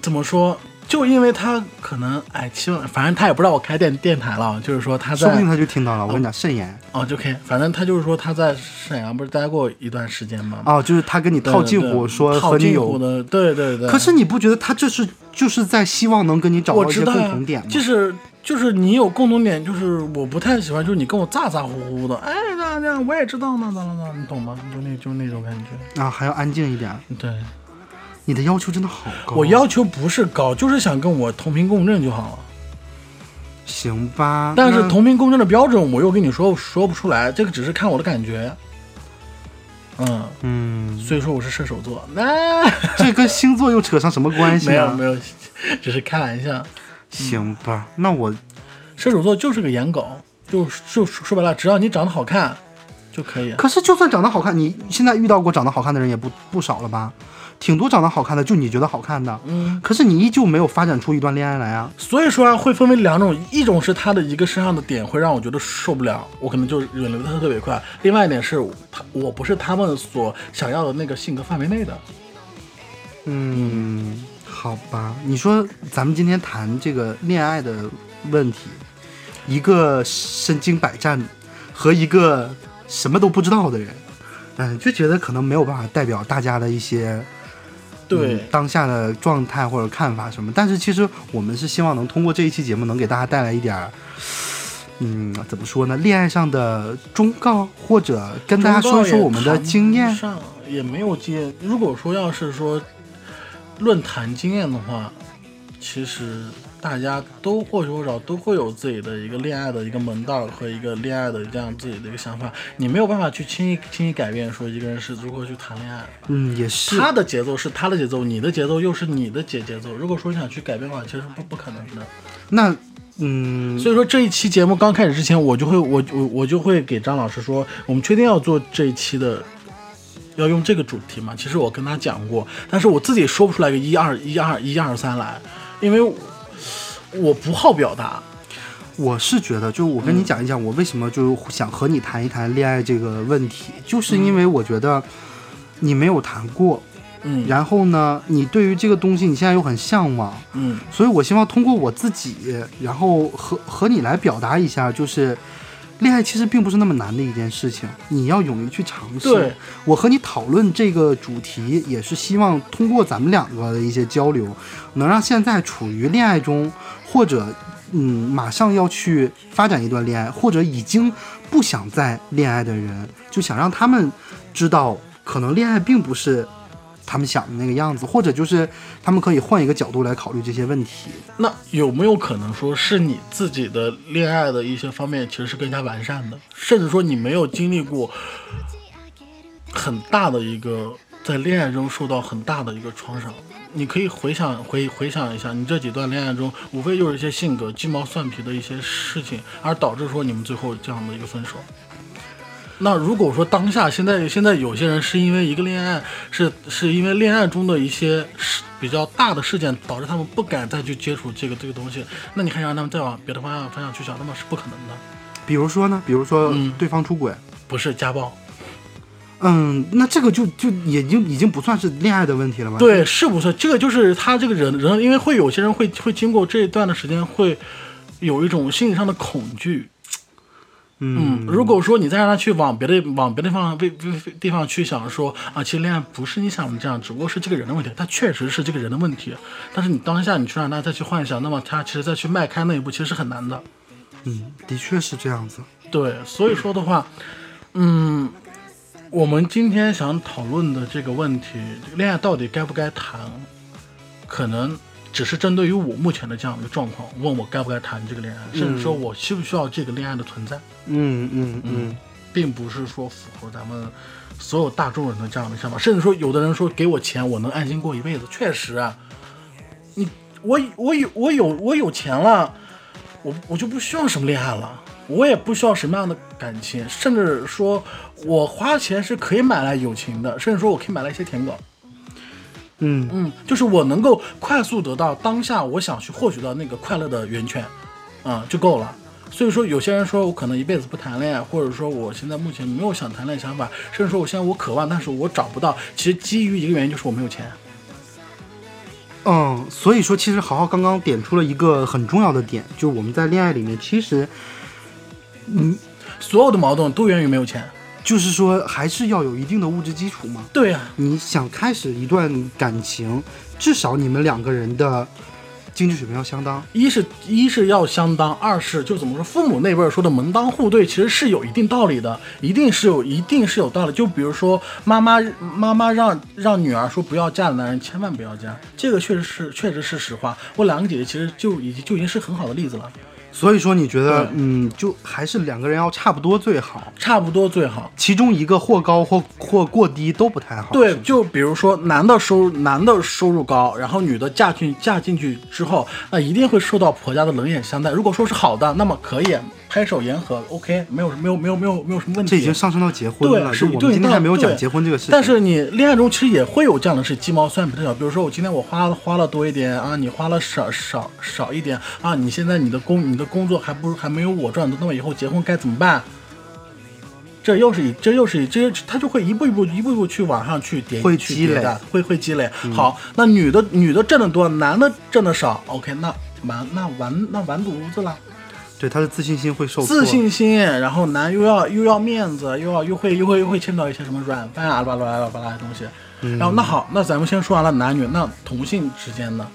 Speaker 3: 怎么说，就因为他可能哎，希望反正他也不让我开电电台了，就是说他
Speaker 2: 说不
Speaker 3: 在
Speaker 2: 定他就听到了。我跟你讲，慎言
Speaker 3: 哦就可以，反正他就是说他在沈阳不是待过一段时间吗？
Speaker 2: 啊，就是他跟你
Speaker 3: 对
Speaker 2: 套近
Speaker 3: 对
Speaker 2: 乎，说
Speaker 3: 套
Speaker 2: 和你
Speaker 3: 近乎
Speaker 2: 有。
Speaker 3: 的，对对对。
Speaker 2: 可是你不觉得他这是就是在希望能跟你找
Speaker 3: 我
Speaker 2: 到一
Speaker 3: 知
Speaker 2: 些
Speaker 3: 道
Speaker 2: 共
Speaker 3: 呀
Speaker 2: 同点吗？
Speaker 3: 就是就是你有共同点，就是我不太喜欢，就是你跟我咋咋呼呼的，哎，那那我也知道呢，咋了咋了，你懂吗？就那就那种感觉。
Speaker 2: 啊，还要安静一点。
Speaker 3: 对，
Speaker 2: 你的要求真的好高。啊
Speaker 3: 我要求不是高，就是想跟我同频共振就好了。
Speaker 2: 行吧，
Speaker 3: 但是
Speaker 2: 那
Speaker 3: 同频共振的标准，我又跟你说说不出来，这个只是看我的感觉。嗯，啊
Speaker 2: 嗯，
Speaker 3: 所以说我是射手座，那、
Speaker 2: 这跟星座又扯上什么关系
Speaker 3: 没有
Speaker 2: 啊
Speaker 3: 没？有， [LAUGHS] 只是开玩笑。
Speaker 2: 行吧，那我
Speaker 3: 射手座就是个颜狗，就就说白了，只要你长得好看就可以。
Speaker 2: 可是就算长得好看，你现在遇到过长得好看的人也不不少了吧？挺多长得好看的，就你觉得好看的，
Speaker 3: 嗯，
Speaker 2: 可是你依旧没有发展出一段恋爱来啊。
Speaker 3: 所以说啊，会分为两种，一种是他的一个身上的点会让我觉得受不了，我可能就远离他特别快；另外一点是他我不是他们所想要的那个性格范围内的。
Speaker 2: 嗯，好吧，你说咱们今天谈这个恋爱的问题，一个身经百战和一个什么都不知道的人，嗯，就觉得可能没有办法代表大家的一些
Speaker 3: 对，
Speaker 2: 嗯当下的状态或者看法什么。但是其实我们是希望能通过这一期节目，能给大家带来一点儿，嗯，怎么说呢？恋爱上的忠告，或者跟大家说说我们的经验。
Speaker 3: 上也没有经验。如果说要是说论坛经验的话，其实大家都或多或少都会有自己的一个恋爱的一个门道和一个恋爱的这样自己的一个想法，你没有办法去轻易轻易改变说一个人是如何去谈恋爱。
Speaker 2: 嗯，也是。
Speaker 3: 他的节奏是他的节奏，你的节奏又是你的节节奏。如果说你想去改变的话，其实不不可能的。
Speaker 2: 那，嗯，
Speaker 3: 所以说这一期节目刚开始之前，我就会我我我就会给张老师说，我们确定要做这一期的，要用这个主题嘛？其实我跟他讲过，但是我自己也说不出来个一二一二一二三来，因为我我不好表达。
Speaker 2: 我是觉得，就我跟你讲一讲，我为什么就想和你谈一谈恋爱这个问题，就是因为我觉得你没有谈过，
Speaker 3: 嗯
Speaker 2: 然后呢，你对于这个东西你现在又很向往，
Speaker 3: 嗯，
Speaker 2: 所以我希望通过我自己，然后和和你来表达一下，就是恋爱其实并不是那么难的一件事情，你要勇于去尝试。
Speaker 3: 对，
Speaker 2: 我和你讨论这个主题，也是希望通过咱们两个的一些交流，能让现在处于恋爱中，或者嗯马上要去发展一段恋爱，或者已经不想再恋爱的人，就想让他们知道，可能恋爱并不是。他们想的那个样子，或者就是他们可以换一个角度来考虑这些问题。
Speaker 3: 那有没有可能说是你自己的恋爱的一些方面其实是更加完善的，甚至说你没有经历过很大的一个在恋爱中受到很大的一个创伤？你可以回想回回想一下，你这几段恋爱中，无非就是一些性格鸡毛蒜皮的一些事情，而导致说你们最后这样的一个分手。那如果说当下现在现在有些人是因为一个恋爱，是是因为恋爱中的一些事比较大的事件，导致他们不敢再去接触这个这个东西，那你还想让他们再往别的方向方向去想，那么是不可能的。
Speaker 2: 比如说呢，比如说
Speaker 3: 嗯
Speaker 2: 对方出轨，
Speaker 3: 不是家暴，
Speaker 2: 嗯，那这个就就已经已经不算是恋爱的问题了吧？，
Speaker 3: 对，是不是这个就是他这个人人，因为会有些人会会经过这一段的时间，会有一种心理上的恐惧。
Speaker 2: 嗯，
Speaker 3: 嗯，如果说你再让他去往别的往别的地方地地方去想说啊，其实恋爱不是你想的这样，只不过是这个人的问题，他确实是这个人的问题。但是你当下你去让他再去幻想，那么他其实再去迈开那一步，其实是很难的。
Speaker 2: 嗯，的确是这样子。
Speaker 3: 对，所以说的话，嗯，我们今天想讨论的这个问题，恋爱到底该不该谈，可能只是针对于我目前的这样的一个状况，问我该不该谈这个恋爱，甚至说我需不需要这个恋爱的存在。
Speaker 2: 嗯嗯嗯，
Speaker 3: 并不是说符合咱们所有大众人的这样的想法，甚至说有的人说给我钱，我能安心过一辈子，确实啊，你我我有我有我有钱了，我我就不需要什么恋爱了。我也不需要什么样的感情，甚至说，我花钱是可以买来友情的，甚至说我可以买来一些舔狗。
Speaker 2: 嗯
Speaker 3: 嗯，就是我能够快速得到当下我想去获取到那个快乐的源泉，啊、就够了。所以说，有些人说我可能一辈子不谈恋爱，或者说我现在目前没有想谈恋爱想法，甚至说我现在我渴望，但是我找不到。其实基于一个原因就是我没有钱。
Speaker 2: 嗯，所以说，其实豪豪刚刚点出了一个很重要的点，就我们在恋爱里面，其实
Speaker 3: 所有的矛盾都源于没有钱。
Speaker 2: 就是说还是要有一定的物质基础嘛。
Speaker 3: 对啊，
Speaker 2: 你想开始一段感情，至少你们两个人的经济水平要相当。
Speaker 3: 一是一是要相当，二是就怎么说，父母那辈儿说的门当户对，其实是有一定道理的，一定是有一定是有道理。就比如说妈妈妈妈让让女儿说不要嫁的男人千万不要嫁，这个确实是确实是实话。我两个姐姐其实就已经就已经是很好的例子了，
Speaker 2: 所以说，你觉得
Speaker 3: 对，
Speaker 2: 嗯，就还是两个人要差不多最好，
Speaker 3: 差不多最好。
Speaker 2: 其中一个或高或或过低都不太好。
Speaker 3: 对，就比如说男的收入男的收入高，然后女的嫁进嫁进去之后，那一定会受到婆家的冷眼相待。如果说是好的，那么可以拍手言和，OK，没有没有没有没有没有什么问题。
Speaker 2: 这已经上升到结婚
Speaker 3: 对，
Speaker 2: 了，
Speaker 3: 是
Speaker 2: 就我
Speaker 3: 对
Speaker 2: 们今天还没有
Speaker 3: 对
Speaker 2: 讲结婚这个事情。
Speaker 3: 但是你恋爱中其实也会有这样的事，鸡毛蒜皮的小，比如说我今天我花了花了多一点啊，你花了少少少一点啊，你现在你的工你的工作还不如还没有我赚的多，那么以后结婚该怎么办？这又是一，这又是一，这他就会一步一步一步一步去往上去叠，
Speaker 2: 会
Speaker 3: 去
Speaker 2: 积
Speaker 3: 叠
Speaker 2: 累嗯
Speaker 3: 的，会会积累。好，那女的女的挣得多，男的挣得少，OK，那完那完那完犊子了。
Speaker 2: 对他的自信心会受挫
Speaker 3: 自信心，然后男又要又要面子，又要又会又会又会牵扯到一些什么软饭啊，巴拉巴拉巴拉的东西。
Speaker 2: 嗯
Speaker 3: 然后那好，那咱们先说完了男女，那同性之间呢？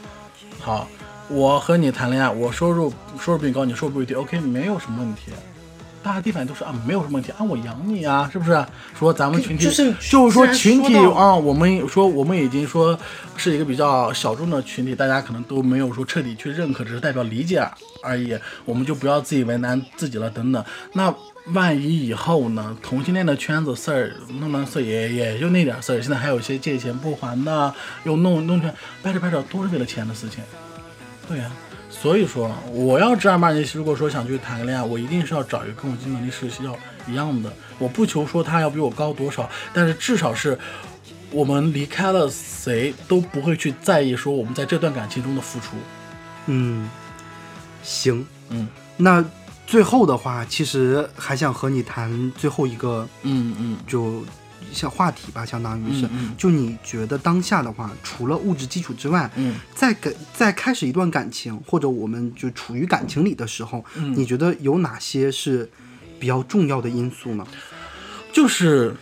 Speaker 3: 好，我和你谈恋爱，我收入收入比你高，你收入比我低，OK，没有什么问题。大家第一反应都是啊，没有什么问题啊，我养你啊，是不是？说咱们群体
Speaker 2: 就是
Speaker 3: 就是说群体
Speaker 2: 既然说到
Speaker 3: 啊，我们说我们已经说是一个比较小众的群体，大家可能都没有说彻底去认可，只是代表理解而已。我们就不要自己为难自己了，等等。那万一以后呢？同性恋的圈子事儿弄弄事儿也也就那点事儿，现在还有一些借钱不还的，又弄弄成掰扯掰扯，都是为了钱的事情。对呀、所以说我要正儿八经，如果说想去谈个恋爱，我一定是要找一个跟我经济能力是要一样的。我不求说他要比我高多少，但是至少是我们离开了谁都不会去在意说我们在这段感情中的付出。
Speaker 2: 嗯，行，
Speaker 3: 嗯
Speaker 2: 那最后的话，其实还想和你谈最后一个
Speaker 3: 嗯嗯，
Speaker 2: 就像话题吧，相当于是，
Speaker 3: 嗯嗯
Speaker 2: 就你觉得当下的话，除了物质基础之外，
Speaker 3: 嗯，
Speaker 2: 在感在开始一段感情，或者我们就处于感情里的时候，
Speaker 3: 嗯
Speaker 2: 你觉得有哪些是比较重要的因素呢？
Speaker 3: 就是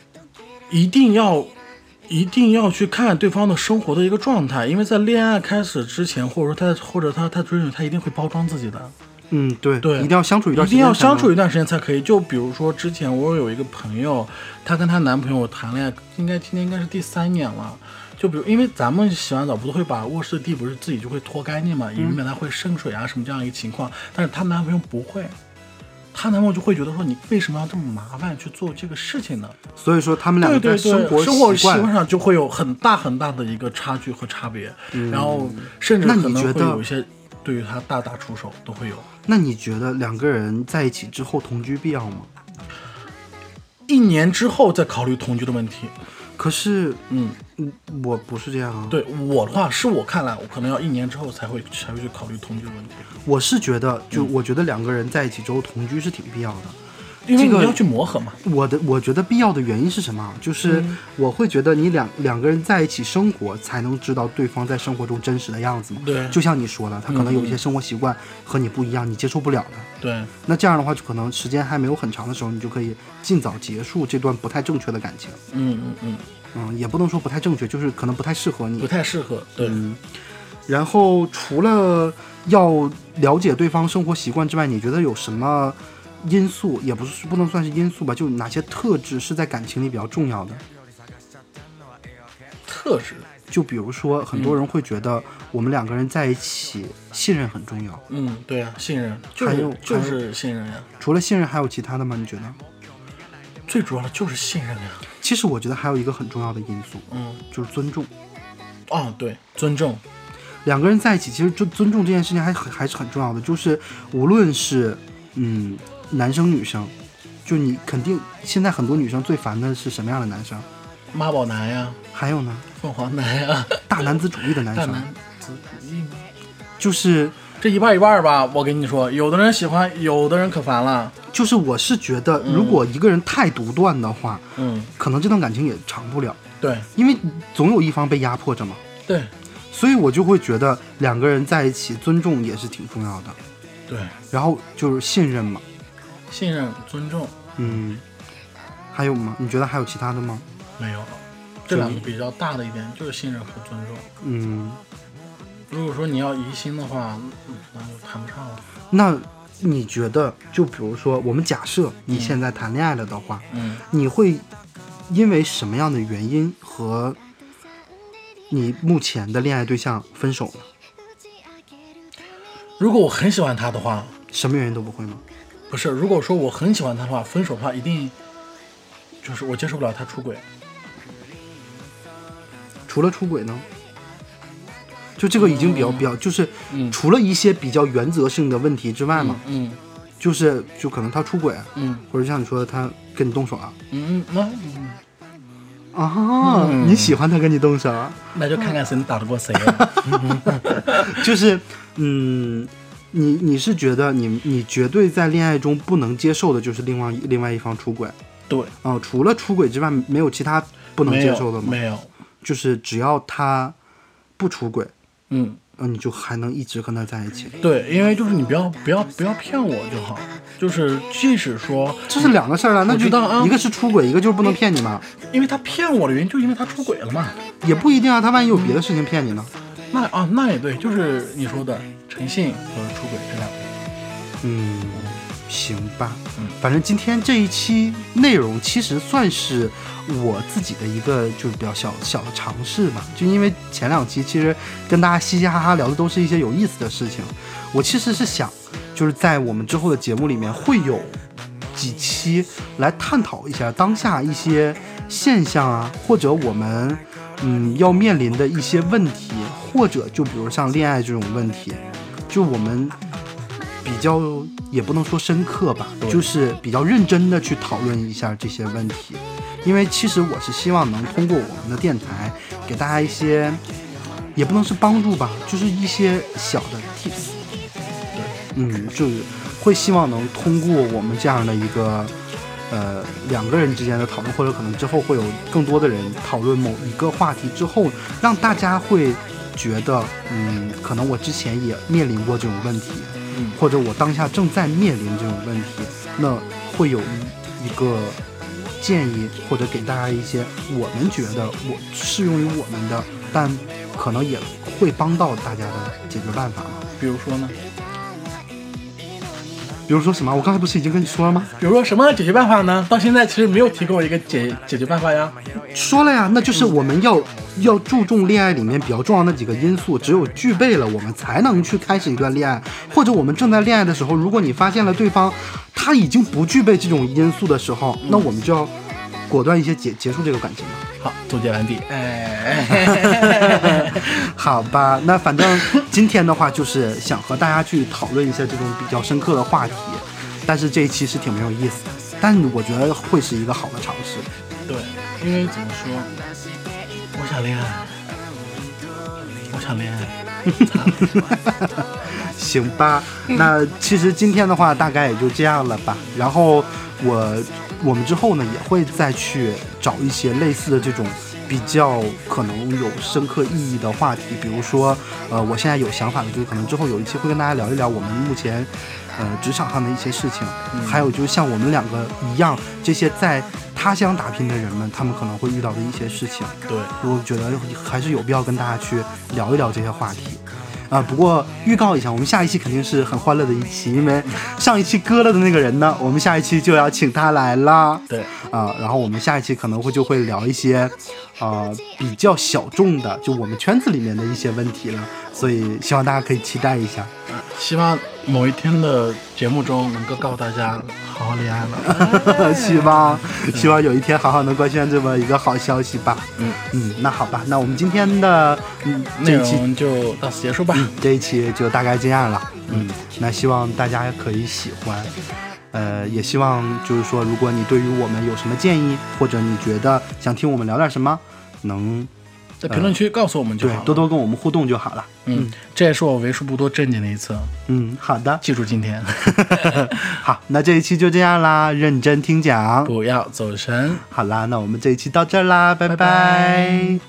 Speaker 3: 一定要一定要去看对方的生活的一个状态，因为在恋爱开始之前，或者说他或者他他追你，他一定会包装自己的。
Speaker 2: 嗯，对，
Speaker 3: 对
Speaker 2: 一定要相处一段
Speaker 3: 一
Speaker 2: 时间，
Speaker 3: 定要相处一。段时间才可以。就比如说之前我有一个朋友，她跟她男朋友谈恋爱，应该今年应该是第三年了。就比如，因为咱们洗完澡不都会把卧室的地不是自己就会拖干净嘛，以
Speaker 2: 嗯
Speaker 3: 免它会渗水啊什么这样一个情况。但是她男朋友不会，她男朋友就会觉得说你为什么要这么麻烦去做这个事情呢？
Speaker 2: 所以说他们两
Speaker 3: 对
Speaker 2: 个
Speaker 3: 对
Speaker 2: 在生
Speaker 3: 对，
Speaker 2: 活
Speaker 3: 生活
Speaker 2: 习惯
Speaker 3: 上就会有很大很大的一个差距和差别，然后甚
Speaker 2: 嗯
Speaker 3: 至
Speaker 2: 那你
Speaker 3: 可
Speaker 2: 觉
Speaker 3: 能会
Speaker 2: 得
Speaker 3: 有一些对于她大打出手都会有。
Speaker 2: 那你觉得两个人在一起之后同居必要吗？
Speaker 3: 一年之后再考虑同居的问题。
Speaker 2: 可是，
Speaker 3: 嗯，
Speaker 2: 嗯，我不是这样啊。，
Speaker 3: 对我的话，是我看来，我可能要一年之后才会才会去考虑同居的问题，
Speaker 2: 我是觉得，就
Speaker 3: 嗯
Speaker 2: 我觉得两个人在一起之后同居是挺必要的。
Speaker 3: 因为
Speaker 2: 这个
Speaker 3: 你要去磨合嘛。
Speaker 2: 我的我觉得必要的原因是什么啊？就是
Speaker 3: 嗯
Speaker 2: 我会觉得你两两个人在一起生活，才能知道对方在生活中真实的样子嘛。
Speaker 3: 对
Speaker 2: 就像你说的，他可能有一些生活习惯和你不一样，你接受不了的。
Speaker 3: 对，嗯
Speaker 2: 那这样的话，就可能时间还没有很长的时候，你就可以尽早结束这段不太正确的感情。
Speaker 3: 嗯嗯嗯，
Speaker 2: 嗯，也不能说不太正确，就是可能不太适合
Speaker 3: 不
Speaker 2: 你。
Speaker 3: 太适合。对，
Speaker 2: 嗯然后除了要了解对方生活习惯之外，你觉得有什么因素，也不是不能算是因素吧，就哪些特质是在感情里比较重要的？
Speaker 3: 特质，
Speaker 2: 就比如说，很多人会觉得我们两个人在一起，信任很重要。
Speaker 3: 嗯，对啊，信任，就
Speaker 2: 还有
Speaker 3: 是就
Speaker 2: 还有
Speaker 3: 是信任呀、
Speaker 2: 除了信任，还有其他的吗？你觉得？
Speaker 3: 最主要的就是信任呀。
Speaker 2: 其实我觉得还有一个很重要的因素，
Speaker 3: 嗯，
Speaker 2: 就是尊重。
Speaker 3: 哦，对，尊重，
Speaker 2: 两个人在一起，其实尊尊重这件事情还很还是很重要的。就是无论是嗯男生女生，就你肯定现在很多女生最烦的是什么样的男生？
Speaker 3: 妈宝男呀，
Speaker 2: 还有呢，
Speaker 3: 凤凰男
Speaker 2: [LAUGHS]
Speaker 3: 呀，
Speaker 2: 大男子主义的男
Speaker 3: 大
Speaker 2: 生，
Speaker 3: 男子主义吗？
Speaker 2: 就是
Speaker 3: 这一半一半吧，我跟你说，有的人喜欢，有的人可烦了。
Speaker 2: 就是我是觉得，如果一个人太独断的话，
Speaker 3: 嗯，
Speaker 2: 可能这段感情也长不了，
Speaker 3: 对
Speaker 2: 因为总有一方被压迫着嘛。
Speaker 3: 对
Speaker 2: 所以我就会觉得两个人在一起，尊重也是挺重要的，
Speaker 3: 对，
Speaker 2: 然后就是信任嘛，
Speaker 3: 信任、尊重
Speaker 2: 嗯，还有吗？你觉得还有其他的吗？
Speaker 3: 没有了，这两个比较大的一点就是信任和尊重。
Speaker 2: 嗯，
Speaker 3: 如果说你要疑心的话，嗯那就谈不上了。
Speaker 2: 那你觉得，就比如说，我们假设你现在谈恋爱了的话，
Speaker 3: 嗯，
Speaker 2: 你会因为什么样的原因和你目前的恋爱对象分手呢？
Speaker 3: 如果我很喜欢他的话，
Speaker 2: 什么原因都不会吗？
Speaker 3: 不是，如果说我很喜欢他的话，分手的话一定就是我接受不了他出轨。
Speaker 2: 除了出轨呢？就这个已经比较比较，就是
Speaker 3: 嗯
Speaker 2: 除了一些比较原则性的问题之外嘛，
Speaker 3: 嗯
Speaker 2: 就是就可能他出轨，
Speaker 3: 嗯
Speaker 2: 或者像你说的他跟你动手啊了
Speaker 3: 嗯嗯，那嗯
Speaker 2: 啊，你喜欢他跟你动手啊，
Speaker 3: [LAUGHS] 那就看看谁能打得过谁了。
Speaker 2: 就是嗯，你你是觉得你你绝对在恋爱中不能接受的就是另外另外一方出轨
Speaker 3: [LAUGHS] 对，
Speaker 2: 啊、除了出轨之外没有其他不能
Speaker 3: 没
Speaker 2: 接受的
Speaker 3: 有
Speaker 2: 吗？
Speaker 3: 没有，
Speaker 2: 就是只要他不出轨，
Speaker 3: 嗯，
Speaker 2: 嗯、你就还能一直跟他在一起，
Speaker 3: 对，因为就是你不要不要不要骗我就好，就是即使说，
Speaker 2: 这是两个事儿了，那
Speaker 3: 我
Speaker 2: 就
Speaker 3: 知道啊
Speaker 2: 一个是出轨，一个就是不能骗你嘛，
Speaker 3: 因为他骗我的原因，就因为他出轨了嘛。
Speaker 2: 也不一定啊，他万一有别的事情骗你呢，
Speaker 3: 那啊，那也对，就是你说的诚信和出轨这两个。
Speaker 2: 嗯，行吧
Speaker 3: 嗯，
Speaker 2: 反正今天这一期内容其实算是我自己的一个就是比较小小的尝试吧，就因为前两期其实跟大家嘻嘻哈哈聊的都是一些有意思的事情，我其实是想就是在我们之后的节目里面会有几期来探讨一下当下一些现象啊，或者我们嗯要面临的一些问题，或者就比如像恋爱这种问题，就我们比较也不能说深刻吧，就是比较认真的去讨论一下这些问题，因为其实我是希望能通过我们的电台给大家一些。也不能是帮助吧，就是一些小的 tips，嗯，就是会希望能通过我们这样的一个呃两个人之间的讨论，或者可能之后会有更多的人讨论某一个话题之后，让大家会觉得，嗯，可能我之前也面临过这种问题，
Speaker 3: 嗯
Speaker 2: 或者我当下正在面临这种问题，那会有一一个建议，或者给大家一些我们觉得我适用于我们的，但可能也会帮到大家的解决办法。
Speaker 3: 比如说呢？
Speaker 2: 比如说什么？我刚才不是已经跟你说了吗？
Speaker 3: 比如说什么解决办法呢？到现在其实没有提给我一个解解决办法呀。
Speaker 2: 说了呀，那就是我们要要注重恋爱里面比较重要的几个因素，只有具备了，我们才能去开始一段恋爱，或者我们正在恋爱的时候，如果你发现了对方他已经不具备这种因素的时候，那我们就要果断一些结结束这个感情了。
Speaker 3: 好，总结完毕。哎，
Speaker 2: 好吧，那反正今天的话就是想和大家去讨论一下这种比较深刻的话题，但是这一期是挺没有意思的，但我觉得会是一个好的尝试。
Speaker 3: 对，因为怎么说，我想恋爱，我想恋爱。
Speaker 2: [LAUGHS] 行吧，那其实今天的话大概也就这样了吧。然后我我们之后呢也会再去找一些类似的这种比较可能有深刻意义的话题，比如说呃我现在有想法的，就是可能之后有一期会跟大家聊一聊我们目前呃职场上的一些事情，还有就是像我们两个一样，这些在他乡打拼的人们，他们可能会遇到的一些事情。
Speaker 3: 对，
Speaker 2: 我觉得还是有必要跟大家去聊一聊这些话题。啊，不过预告一下，我们下一期肯定是很欢乐的一期，因为上一期割了的那个人呢，我们下一期就要请他来啦。
Speaker 3: 对，
Speaker 2: 啊，然后我们下一期可能会就会聊一些，啊、比较小众的，就我们圈子里面的一些问题了，所以希望大家可以期待一下。 [LAUGHS]
Speaker 3: 啊希望某一天的节目中能够告诉大家，好好恋爱了。 [LAUGHS]
Speaker 2: 希望希望有一天好好能够宣这么一个好消息吧。
Speaker 3: 嗯
Speaker 2: 嗯，那好吧，那我们今天的嗯
Speaker 3: 内
Speaker 2: 这一期
Speaker 3: 容就到此结束吧。
Speaker 2: 这一期就大概这样了。嗯，那希望大家可以喜欢，呃，也希望就是说，如果你对于我们有什么建议，或者你觉得想听我们聊点什么，能
Speaker 3: 在评论区告诉我们就
Speaker 2: 对
Speaker 3: 好了。
Speaker 2: 多多跟我们互动就好了。
Speaker 3: 嗯，这也是我为数不多正经的一次。
Speaker 2: 嗯，好 [LAUGHS] 的，
Speaker 3: 记住今 [LAUGHS] 天
Speaker 2: 好，那这一期就这样啦，认真听讲。
Speaker 3: 不要走神。
Speaker 2: 好啦，那我们这一期到这儿啦，拜
Speaker 3: 拜拜